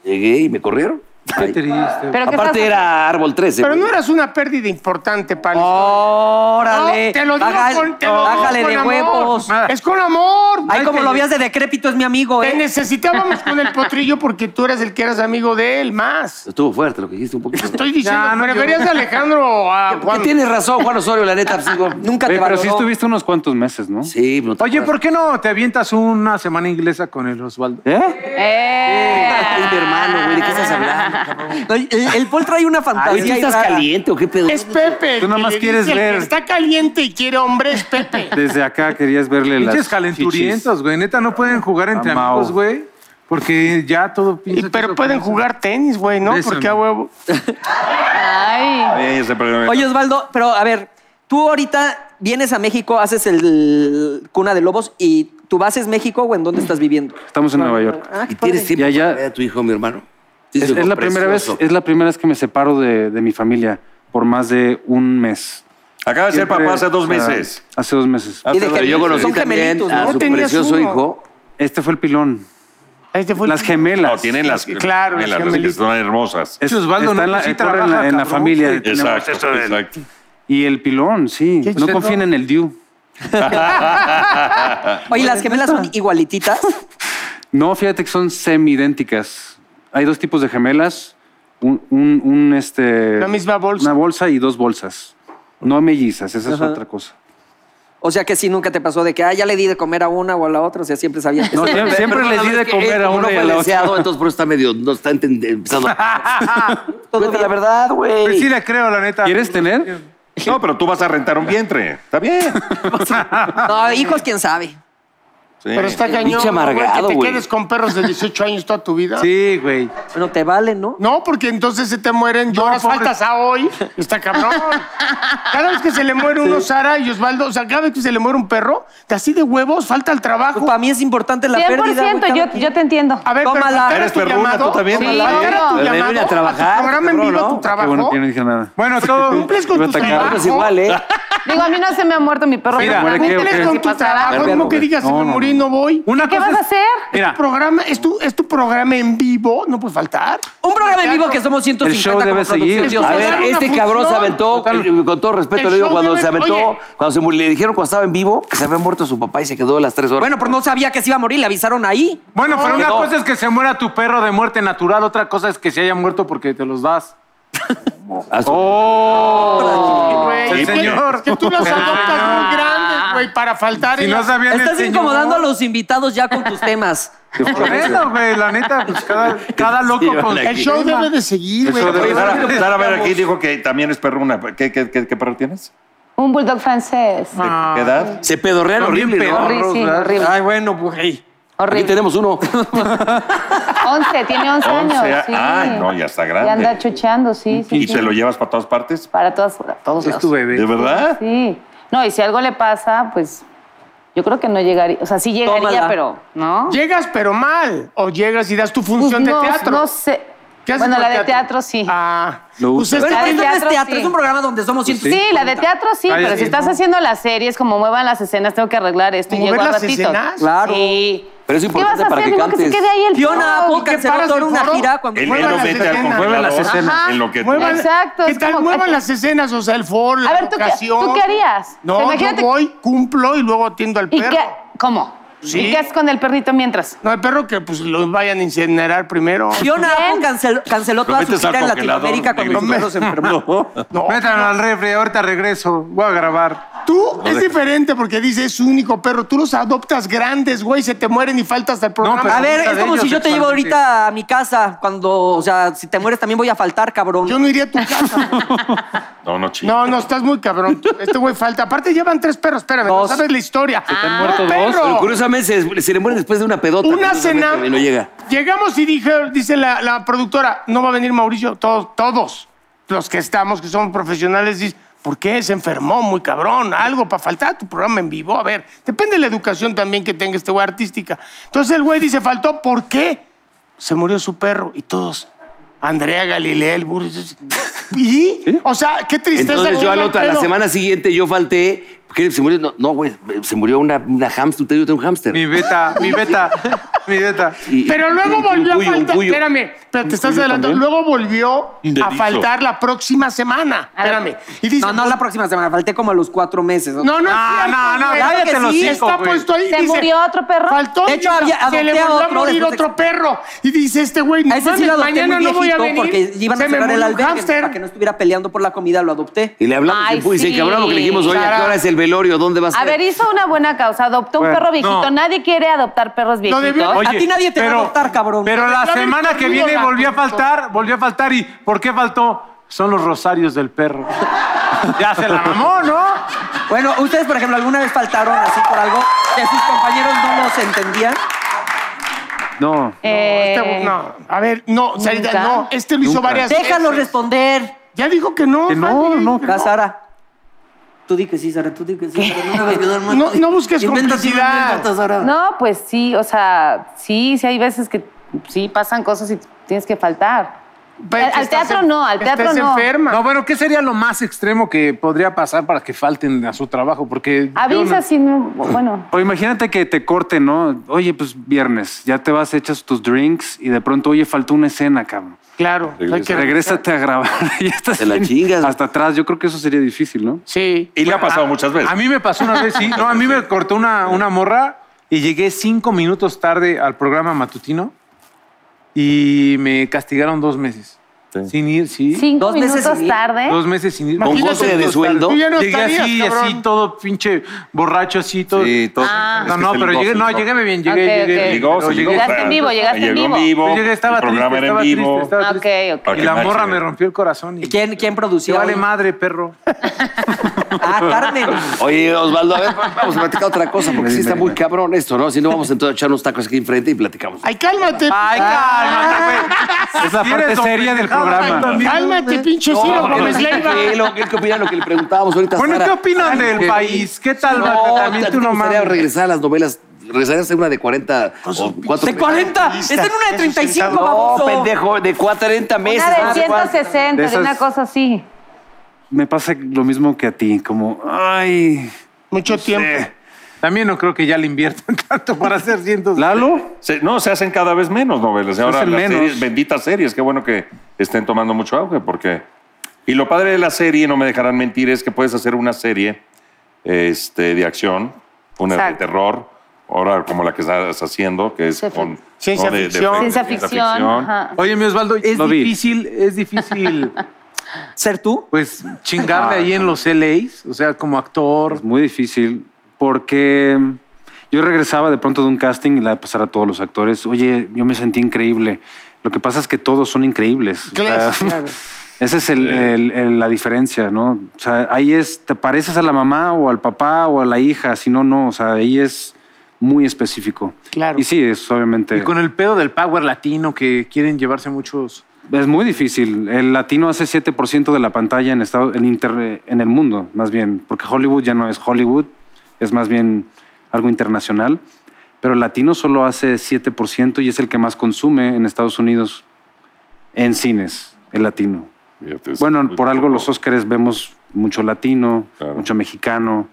llegué y me corrieron. Qué Ay. triste. Pero que Aparte estás- era Árbol 13. Pero güey. no eras una pérdida importante para la Órale. No, te lo digo Baja- con, te lo digo Bájale con de amor. huevos. Es con amor. Ay, como que- lo veas de decrépito, es mi amigo, Te ¿eh? necesitábamos con el potrillo porque tú eras el que eras amigo de él más. Estuvo fuerte lo que dijiste un poquito. Estoy diciendo, Ya, no, preferías a Alejandro a Que Juan. tienes razón, Juan Osorio, la neta, pues, digo, Nunca Oye, te pero valoró. sí estuviste unos cuantos meses, ¿no? Sí, no te Oye, acuerdas. ¿por qué no te avientas una semana inglesa con el Osvaldo? ¿Eh? ¡Eh! Es mi hermano, güey, ¿de qué estás hablando? cabrón? No, El, el Paul trae una Ay, ¿tú fantasía. ahí estás rara. caliente o qué pedo? Es Pepe. Tú nada que más le quieres dice el ver. que está caliente y quiere hombre es Pepe. Desde acá querías verle las Pinches calenturientos, güey. Neta, no pueden jugar entre Amao. amigos, güey. Porque ya todo Y- piensa que pero eso pueden piensa. jugar tenis, güey, ¿no? Bésame. Porque a huevo. ¡Ay! Eh, se perdió. Oye, Osvaldo, pero a ver, tú ahorita vienes a México, haces el Cuna de Lobos y tu base es México o en dónde estás viviendo. Estamos en Nueva York. Ah, qué ¿Y tienes padre. tiempo Ya, ya. pues, para ver a tu hijo, mi hermano? Es, es la primera vez, es la primera vez que me separo de, de mi familia por más de un mes. Acaba de ser Siempre- papá hace dos o sea, meses. Ah. hace dos meses. Pero Y de yo gemelitos, conocí son también gemelitos, a ¿no? su Tenías precioso uno. hijo. Este fue el pilón. Este fue el- Las gemelas. No, tienen las. Claro, las gemelas, las que gemelitas. son hermosas. Es- Osvaldo, no, está Pues en la, sí eh, corre en la- trabaja, en la cabrón. familia. Tenemos Exacto, esto del- exacto. Y el pilón, sí. Qué No chido. confíen en el Diu. Oye, las gemelas son igualititas. No, fíjate que son semi-idénticas. Hay dos tipos de gemelas. Un, un- un, este, La misma bolsa. Una bolsa y dos bolsas. No mellizas, esa es otra cosa. O sea que sí, nunca te pasó de que, ah, ya le di de comer a una o a la otra, o sea, siempre sabías que No, sí. siempre, siempre les di de comer a uno uno y a la No fue otra. deseado, entonces por eso está medio, no está enten- empezando. Cuenta la verdad, Pues sí güey. le creo, la neta. ¿Quieres tener? No, pero tú vas a rentar un vientre. Está bien. No, hijos, quién sabe. Sí. Pero está Pinche cañón. güey, amargado, que te güey. quedes con perros de 18 años toda tu vida. Sí, güey. Bueno, te vale, ¿no? No, porque entonces se te mueren, lloras, pobre. faltas a hoy. Está cabrón. Cada vez que se le muere uno, Sara y Osvaldo, o sea, cada vez que se le muere un perro, te así de huevos, falta el trabajo. Pues para mí es importante la pérdida. güey, 100%, cada yo, quien. yo te entiendo. A ver, Tómala. Eres pero ¿era tu perruna, llamado? tú también. Sí, Tómala. ¿era tu Deben ir a llamado? trabajar, ¿Tu programa en cabrón, vivo, ¿no? Qué tu Qué bueno trabajo? que yo no dije nada. Bueno, todo. ¿Cumples con Iba a tu atacar. trabajo? Pues igual, ¿eh? Digo, a mí no se me ha muerto mi perro. Mira, pero ¿qué, también o ¿Cumples qué? tienes con que tu pasar trabajo? algo. Es como que güey. digas, No, si me no, no. morí, no voy. Una ¿Qué cosa vas a es- hacer? Mira, Tu programa, es tu, es tu programa en vivo, no puedes faltar. Un programa en vivo que somos 150 show como debe producción, seguir. Dios A Pues, ver, dar una este cabrón se función. aventó, eh, con todo respeto, El le digo, show cuando debe- se aventó, oye. cuando se mu- le dijeron cuando estaba en vivo, que se había muerto su papá y se quedó las tres horas. Bueno, pero no sabía que se iba a morir, le avisaron ahí. Bueno, pero una no. cosa es que se muera tu perro de muerte natural, otra cosa es que se haya muerto porque te los das. A su- Oh. Güey, Sí, es que- señor. Ah. es que tú los adoptas muy grandes, güey, para faltar. Si en no las- sabían el Estás señor- incomodando a los invitados ya con tus temas. Por eso, güey, la neta, pues cada, cada loco Sí, con vale, El show debe de seguir, güey. Oye, Sara, Sara, a ver, aquí dijo que también es perruna. ¿Qué, qué, qué, qué perro tienes? Un bulldog francés. ¿De qué edad? se pedorrean Son bien horrible, ¿no? pedorros. horrible, sí, ¿verdad? horrible. Ay, bueno, güey. Aquí Horrible. tenemos uno. 11, tiene 11 años. Once a- sí. Ay, no, ya está grande. Ya anda chucheando, sí. sí ¿Y sí. se lo llevas para todas partes? Para todas, para todos Es lados. tu bebé. ¿De verdad? Sí. No, y si algo le pasa, pues yo creo que no llegaría. O sea, sí llegaría, Tómala. pero ¿no? Llegas, pero mal. O llegas y das tu Pues función no, de teatro. no sé. ¿Qué haces bueno, con la de teatro sí. Ah, Lo pues usa. es Pero La de que- entonces no es teatro, teatro, sí. es un programa donde somos Sí, 150. la de teatro sí, Ay, pero sí. si estás haciendo las series, como muevan las escenas, tengo que arreglar esto y ¿Mover llego a las ratitos. escenas? Claro. Sí. Pero es ¿Qué vas importante a para hacer? que Digo, que se cantes. quede ahí el Fiona show. Apple ¿qué canceló paras toda el una foro? gira cuando Él, fue él lo Muevan las mete al escenas. congelador. Muevan las escenas. Ajá. En lo que muevan, Exacto, ¿Qué es tal? como- Muevan las escenas, o sea, el foro, A la ver, ¿tú qué- locación. tú qué harías? No, O sea, yo imagínate- voy, cumplo y luego atiendo al ¿Y perro. qué? ¿Cómo? Sí. ¿Y qué haces con el perrito mientras? No, el perro que pues lo vayan a incinerar primero. Fiona Bien. Apple cancel- canceló toda su metes al gira en congelador, Latinoamérica negro. cuando su perro se enfermó. No, Métanlo al refri, ahorita regreso, voy a grabar. tú es diferente porque dice es su único perro. Tú los adoptas grandes, güey, se te mueren y faltas del programa. pero- A ver, Pregunta es de como ellos si yo te llevo sexualmente. ahorita a mi casa cuando, o sea, si te mueres también voy a faltar, cabrón. yo no iría a tu casa. güey. No, no, chico. No, no, estás muy cabrón. Este güey falta. Aparte llevan tres perros, espérame, no Dos. sabes la historia. Se te han muerto dos, Pero curiosamente se, se le muere después de una pedota. Ah, Una curiosamente, cena. No llega. Llegamos y dije, dice la, la productora, no va a venir Mauricio. Todos, todos los que estamos, que somos profesionales, dicen, ¿por qué? Se enfermó muy cabrón, algo para faltar a tu programa en vivo. A ver, depende de la educación también que tenga este güey artística. Entonces el güey dice, faltó, ¿por qué? Se murió su perro y todos. Andrea Galilea, el burro. ¿Y? O sea, qué tristeza. Entonces yo güey, a la, mal otra- a la pedo. semana siguiente yo falté. porque se murió? No, no, güey, se murió una, una hámster. Te digo, tengo un hámster. Mi beta, mi beta, mi beta. Y- Pero y- luego y- volvió un cuyo, a un faltar. cuyo. Espérame, pero te estás cuyo adelantando. también. Luego volvió a Indelizo. faltar la próxima semana. A ver. Espérame. Y dice, No, no la próxima semana, falté como a los cuatro meses. No, no, es No, cierto, no, no, güey. cállate Claro que los sí, hocico, Está güey. puesto ahí. ¿Se dice, murió otro perro? Faltó. De hecho, y había- se le adopté a volvió a otro morir después de- otro perro. Y dice este güey, no A ese sí mames, lo adopté mañana muy no voy a viejito venir. porque iban a Se me cerrar el murió un albergue hámster. para que no estuviera peleando por la comida, lo adopté. Y le hablamos Ay, del pulso, y sí. se cabrón, porque le dijimos, oye, ¿a qué Sara. hora es el velorio? ¿Dónde vas a A ver, hizo una buena causa, adoptó un Bueno, perro viejito. no. Nadie quiere adoptar perros Lo viejitos. debió- A ti nadie te va a adoptar, cabrón. Pero la Debió haber semana que corrido viene la volvió a productora. faltar, volvió a faltar. ¿Y por qué faltó? Son los rosarios del perro. ya se la mamó, ¿no? Bueno, ustedes, por ejemplo, alguna vez faltaron así por algo que sus compañeros no los entendían. No. Eh, Este güey, No, a ver, no, Sarita, Nunca. no. Este lo hizo varias Déjalo veces. responder. Ya dijo que no. Que no, Fanny, no, que Va, Sara. Tú di que sí, Sara, tú di que sí. Sara, una vez que duermo- No- no busques Invéntate una, complicidad. invéntate, Sara. No, pues sí, o sea, sí, sí hay veces que sí pasan cosas y tienes que faltar. Pero Al- al estás teatro en- no, al teatro estás no. enferma. No, bueno, ¿qué sería lo más extremo que podría pasar para que falten a su trabajo? Porque. yo Avisa no- si no, bueno. O imagínate que te corte, ¿no? Oye, pues viernes, ya te vas, echas tus drinks y de pronto, oye, faltó una escena, cabrón. Claro. hay Regresa. que Regrésate a grabar. y ya estás Te la en- chingas. Hasta atrás. Yo creo que eso sería difícil, ¿no? Sí. Y le ha pasado muchas veces. Ah, A mí me pasó una vez, sí. No, a mí me cortó una, una morra y llegué cinco minutos tarde al programa matutino y me castigaron dos meses. Sin ir, sí. Cinco Dos meses minutos sin ir. tarde. Dos meses sin ir. Con Imagínate goce de tú estar- sueldo. Tú ya no Llegué estarías, así, cabrón. así, todo pinche borracho, así, todo. Sí, todo. Ah. es que No, no, se pero ligó, llegué, se no, ligó. llegué bien, Ok, llegué, llegué. ok. Se ligó, se pero ligó. Llegaste en vivo, llegaste en Llegó vivo. Yo llegué, estaba el programa triste, era estaba en vivo. triste, estaba Ok, triste. ok. Para Y que la nadie morra se me viera. rompió el corazón. Y, ¿Quién, quién Te producía? vale hoy? madre, perro. Ah, Carmen. Oye, Osvaldo, a ver, vamos a platicar otra cosa, porque sí está muy cabrón esto, ¿no? Si no, vamos entonces a echar unos tacos aquí enfrente y platicamos. Ay, cálmate. Ay, cálmate, güey. Es la Si eres parte don seria del pendejado, programa. ay, también. cálmate, pinche Ciro que pues, Gómez Leiva. lo, que, que opinan lo que le preguntábamos ahorita. a Bueno, Sara. ¿qué opinan del que- país? ¿Qué tal? No, También ¿te tú no gustaría mames. regresar a las novelas? ¿Regresarías a una de 40 o 4? De 40. Está en una de 35, No, baboso. pendejo, de 40 meses. Una de no sé cuánto. 160, De de, una esas- cosa así. Me pasa lo mismo que a ti, como, ay, Mucho tiempo. También no creo que ya le inviertan tanto para hacer cientos. Lalo, Se- no, se hacen cada vez menos novelas. Y Ahora hacen las menos. series, benditas series, qué bueno que estén tomando mucho auge, porque. Y lo padre de la serie, no me dejarán mentir, es que puedes hacer una serie este, de acción, una de Exacto. terror, ahora como la que estás haciendo, que es Ciencia con. Ciencia ficción. Ciencia ficción. ajá. Oye, mi Osvaldo, es Lo vi. difícil, es difícil, ¿Ser tú? pues, chingarle ahí en los LAs, o sea, como actor. es muy difícil porque yo regresaba de pronto de un casting y la de pasar a todos los actores, oye, yo me sentí increíble. Lo que pasa es que todos son increíbles. O Claro, sea, claro. Esa es el- el- el- la diferencia, ¿no? O sea, ahí es, te pareces a la mamá o al papá o a la hija, si no, no, o sea, ahí es muy específico. Claro. Y sí, es obviamente... Y con el pedo del power latino que quieren llevarse muchos. Es muy difícil. El latino hace 7% de la pantalla en, estado, en, inter- en el mundo, más bien, porque Hollywood ya no es Hollywood, es más bien algo internacional. Pero el latino solo hace 7% y es el que más consume en Estados Unidos en cines, el latino. Bueno, por algo los Óscares vemos mucho latino, Claro. mucho mexicano.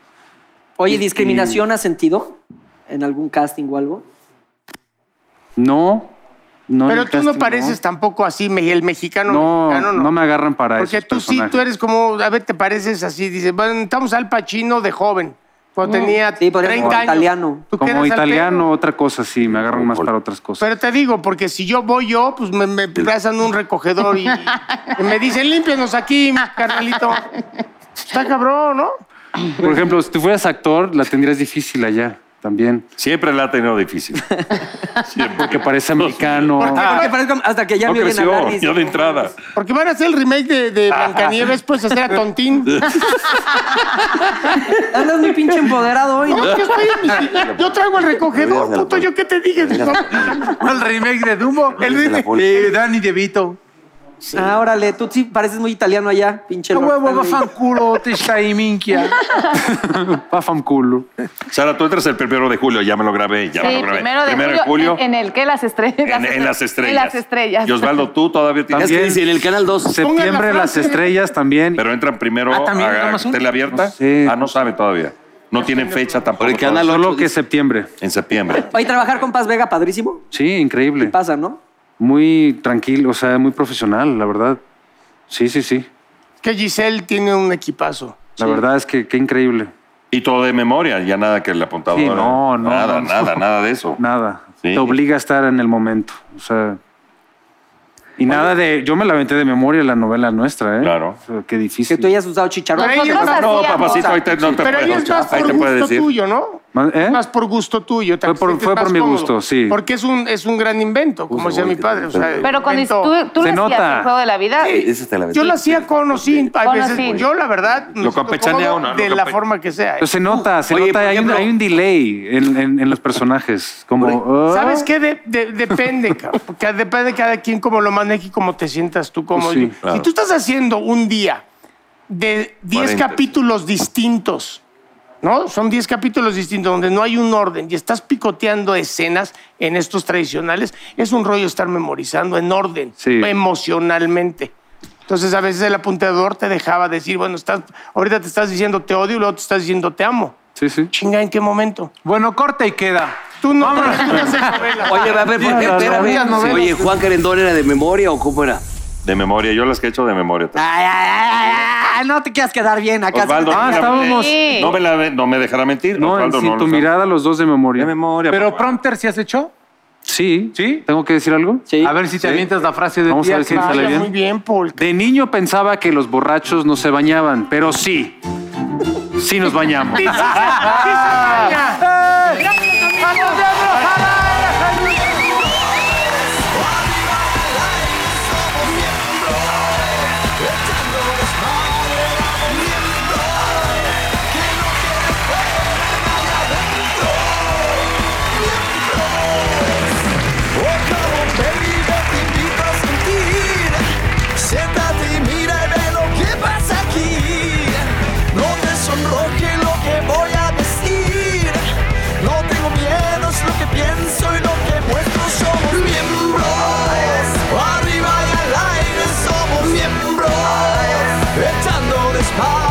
Oye, ¿discriminación has sentido en algún casting o algo? No, no. en Pero el tú no casting, pareces tampoco así, me- el mexicano. No, mexicano, no, no me agarran para Porque eso. tú sí, tú eres como, a ver, te pareces así, dices, bueno, estamos al Pachino de joven, cuando tenía Sí, podría ser 30 como años. italiano. Tú Como quedas al italiano, pedo. otra cosa, sí, me agarran más para otras cosas. Pero te digo, porque si yo voy yo, pues me, me pasan un recogedor y, y me dicen, límpianos aquí, carnalito. Está cabrón, ¿no? Por ejemplo, si tú fueras actor, la tendrías difícil allá también. Siempre la ha tenido difícil. Porque parece americano. Ah, Porque parece- hasta que ya no me oyen hablar. creció, dice, ya de entrada. Porque van a hacer el remake de, de Blancanieves, pues hacer a Tontín. Andas muy pinche empoderado hoy. ¿no? No, es que estoy en mi- Yo traigo el recogedor, puto, yo qué te dije. El remake de Dumbo. El remake de Danny DeVito. Ah, órale, tú sí pareces muy italiano allá, pinche No Lord huevo, Henry. bafan culo, te está ahí, minquia. Pafam culo. Sara, tú entras el primero de julio, ya me lo grabé, ya me Sí, lo grabé. primero de julio. En, en el que las estrellas. en, en las estrellas. En las estrellas. Y Osvaldo, tú todavía tienes. Es que También. dice en el canal 2. Pongan Septiembre, la las frase. estrellas también. Pero entran primero Ah, también, a, nada a más un- tele abierta. No sé. Ah, no sabe todavía. No tienen fecha tampoco. Por el canal todavía. Solo que septiembre. En septiembre. Oye, trabajar con Paz Vega, padrísimo. Sí, increíble. Pasa, ¿no? Muy tranquilo, o sea, muy profesional, la verdad. Sí, sí, sí. Que Giselle tiene un equipazo. La verdad es que qué increíble. Y todo de memoria, ya nada que el apuntador. Sí, no, no, Nada, no. nada, nada de eso. Nada. Sí. Te obliga a estar en el momento. O sea. Y nada de. Yo me la aventé de memoria la novela nuestra, ¿eh? Claro. O sea, qué difícil. Que tú hayas usado chicharrón. Pero ella Nosotros no- No, hacíamos- papacito, ahí te, no te Pero ahí puedo. es más Ahí por te puedes gusto decir. tuyo, ¿no? Ma- ¿eh? Más por gusto tuyo. te Fue por- sientes fue más por mi cómodo. gusto, sí. Porque es un, es un gran invento, como decía mi padre. o sea, Pero cuando invento. tú, tú Se lo hacías nota. el juego de la vida. Esa te la metí. Yo lo hacía con o sin. a Con o veces, sin. Yo, la verdad, me siento campechanea cómodo uno, lo de la campe- forma que sea. ¿eh? Pero se nota, se Oye, nota, por hay, un, ejemplo- hay un delay en, en- en los personajes. Como, ¿Sabes ah, qué? De- de- depende, cabrón. Porque depende de cada quien cómo lo maneje y cómo te sientas tú cómodo. Sí, Si tú estás haciendo un día de 10 40. capítulos distintos, ¿no? Son 10 capítulos distintos donde no hay un orden y estás picoteando escenas en estos tradicionales, es un rollo estar memorizando en orden, Sí. emocionalmente. Entonces, a veces el apuntador te dejaba decir, bueno, estás, ahorita te estás diciendo te odio y luego te estás diciendo te amo. Sí, sí. Chinga, ¿en qué momento? Bueno, corta y queda. Tú no Vámonos. tú no haces novelas. Oye, a ver, no, por- no, espérame. no, no, no. Oye, ¿Juan Querendón era de memoria o cómo era? De memoria, yo las que he hecho de memoria. también. Ay, ay, ay, ay, ay, Ah, no te quieras quedar bien acá. Osvaldo, Ah, no me- estábamos- Sí. no, me la- no me dejará mentir. No, Osvaldo, sin no tu lo sabe. mirada, los dos de De memoria. memoria. Pero papá. prompter, ¿sí has hecho? Sí. ¿Sí? ¿Tengo que decir algo? Sí. A ver si te Sí. avientas la frase de Vamos a ver si sale Vaya, bien. muy bien, Paul. De niño pensaba que los borrachos no se bañaban, pero sí. Sí nos bañamos. Oh, Baby, yo te invito a sentir. Siéntate y mira y ve lo que pasa aquí. No te sonroje lo que voy a decir. No tengo miedo, es lo que pienso y lo que muestro. Somos miembros. Arriba y al aire somos miembros. Echando despacio.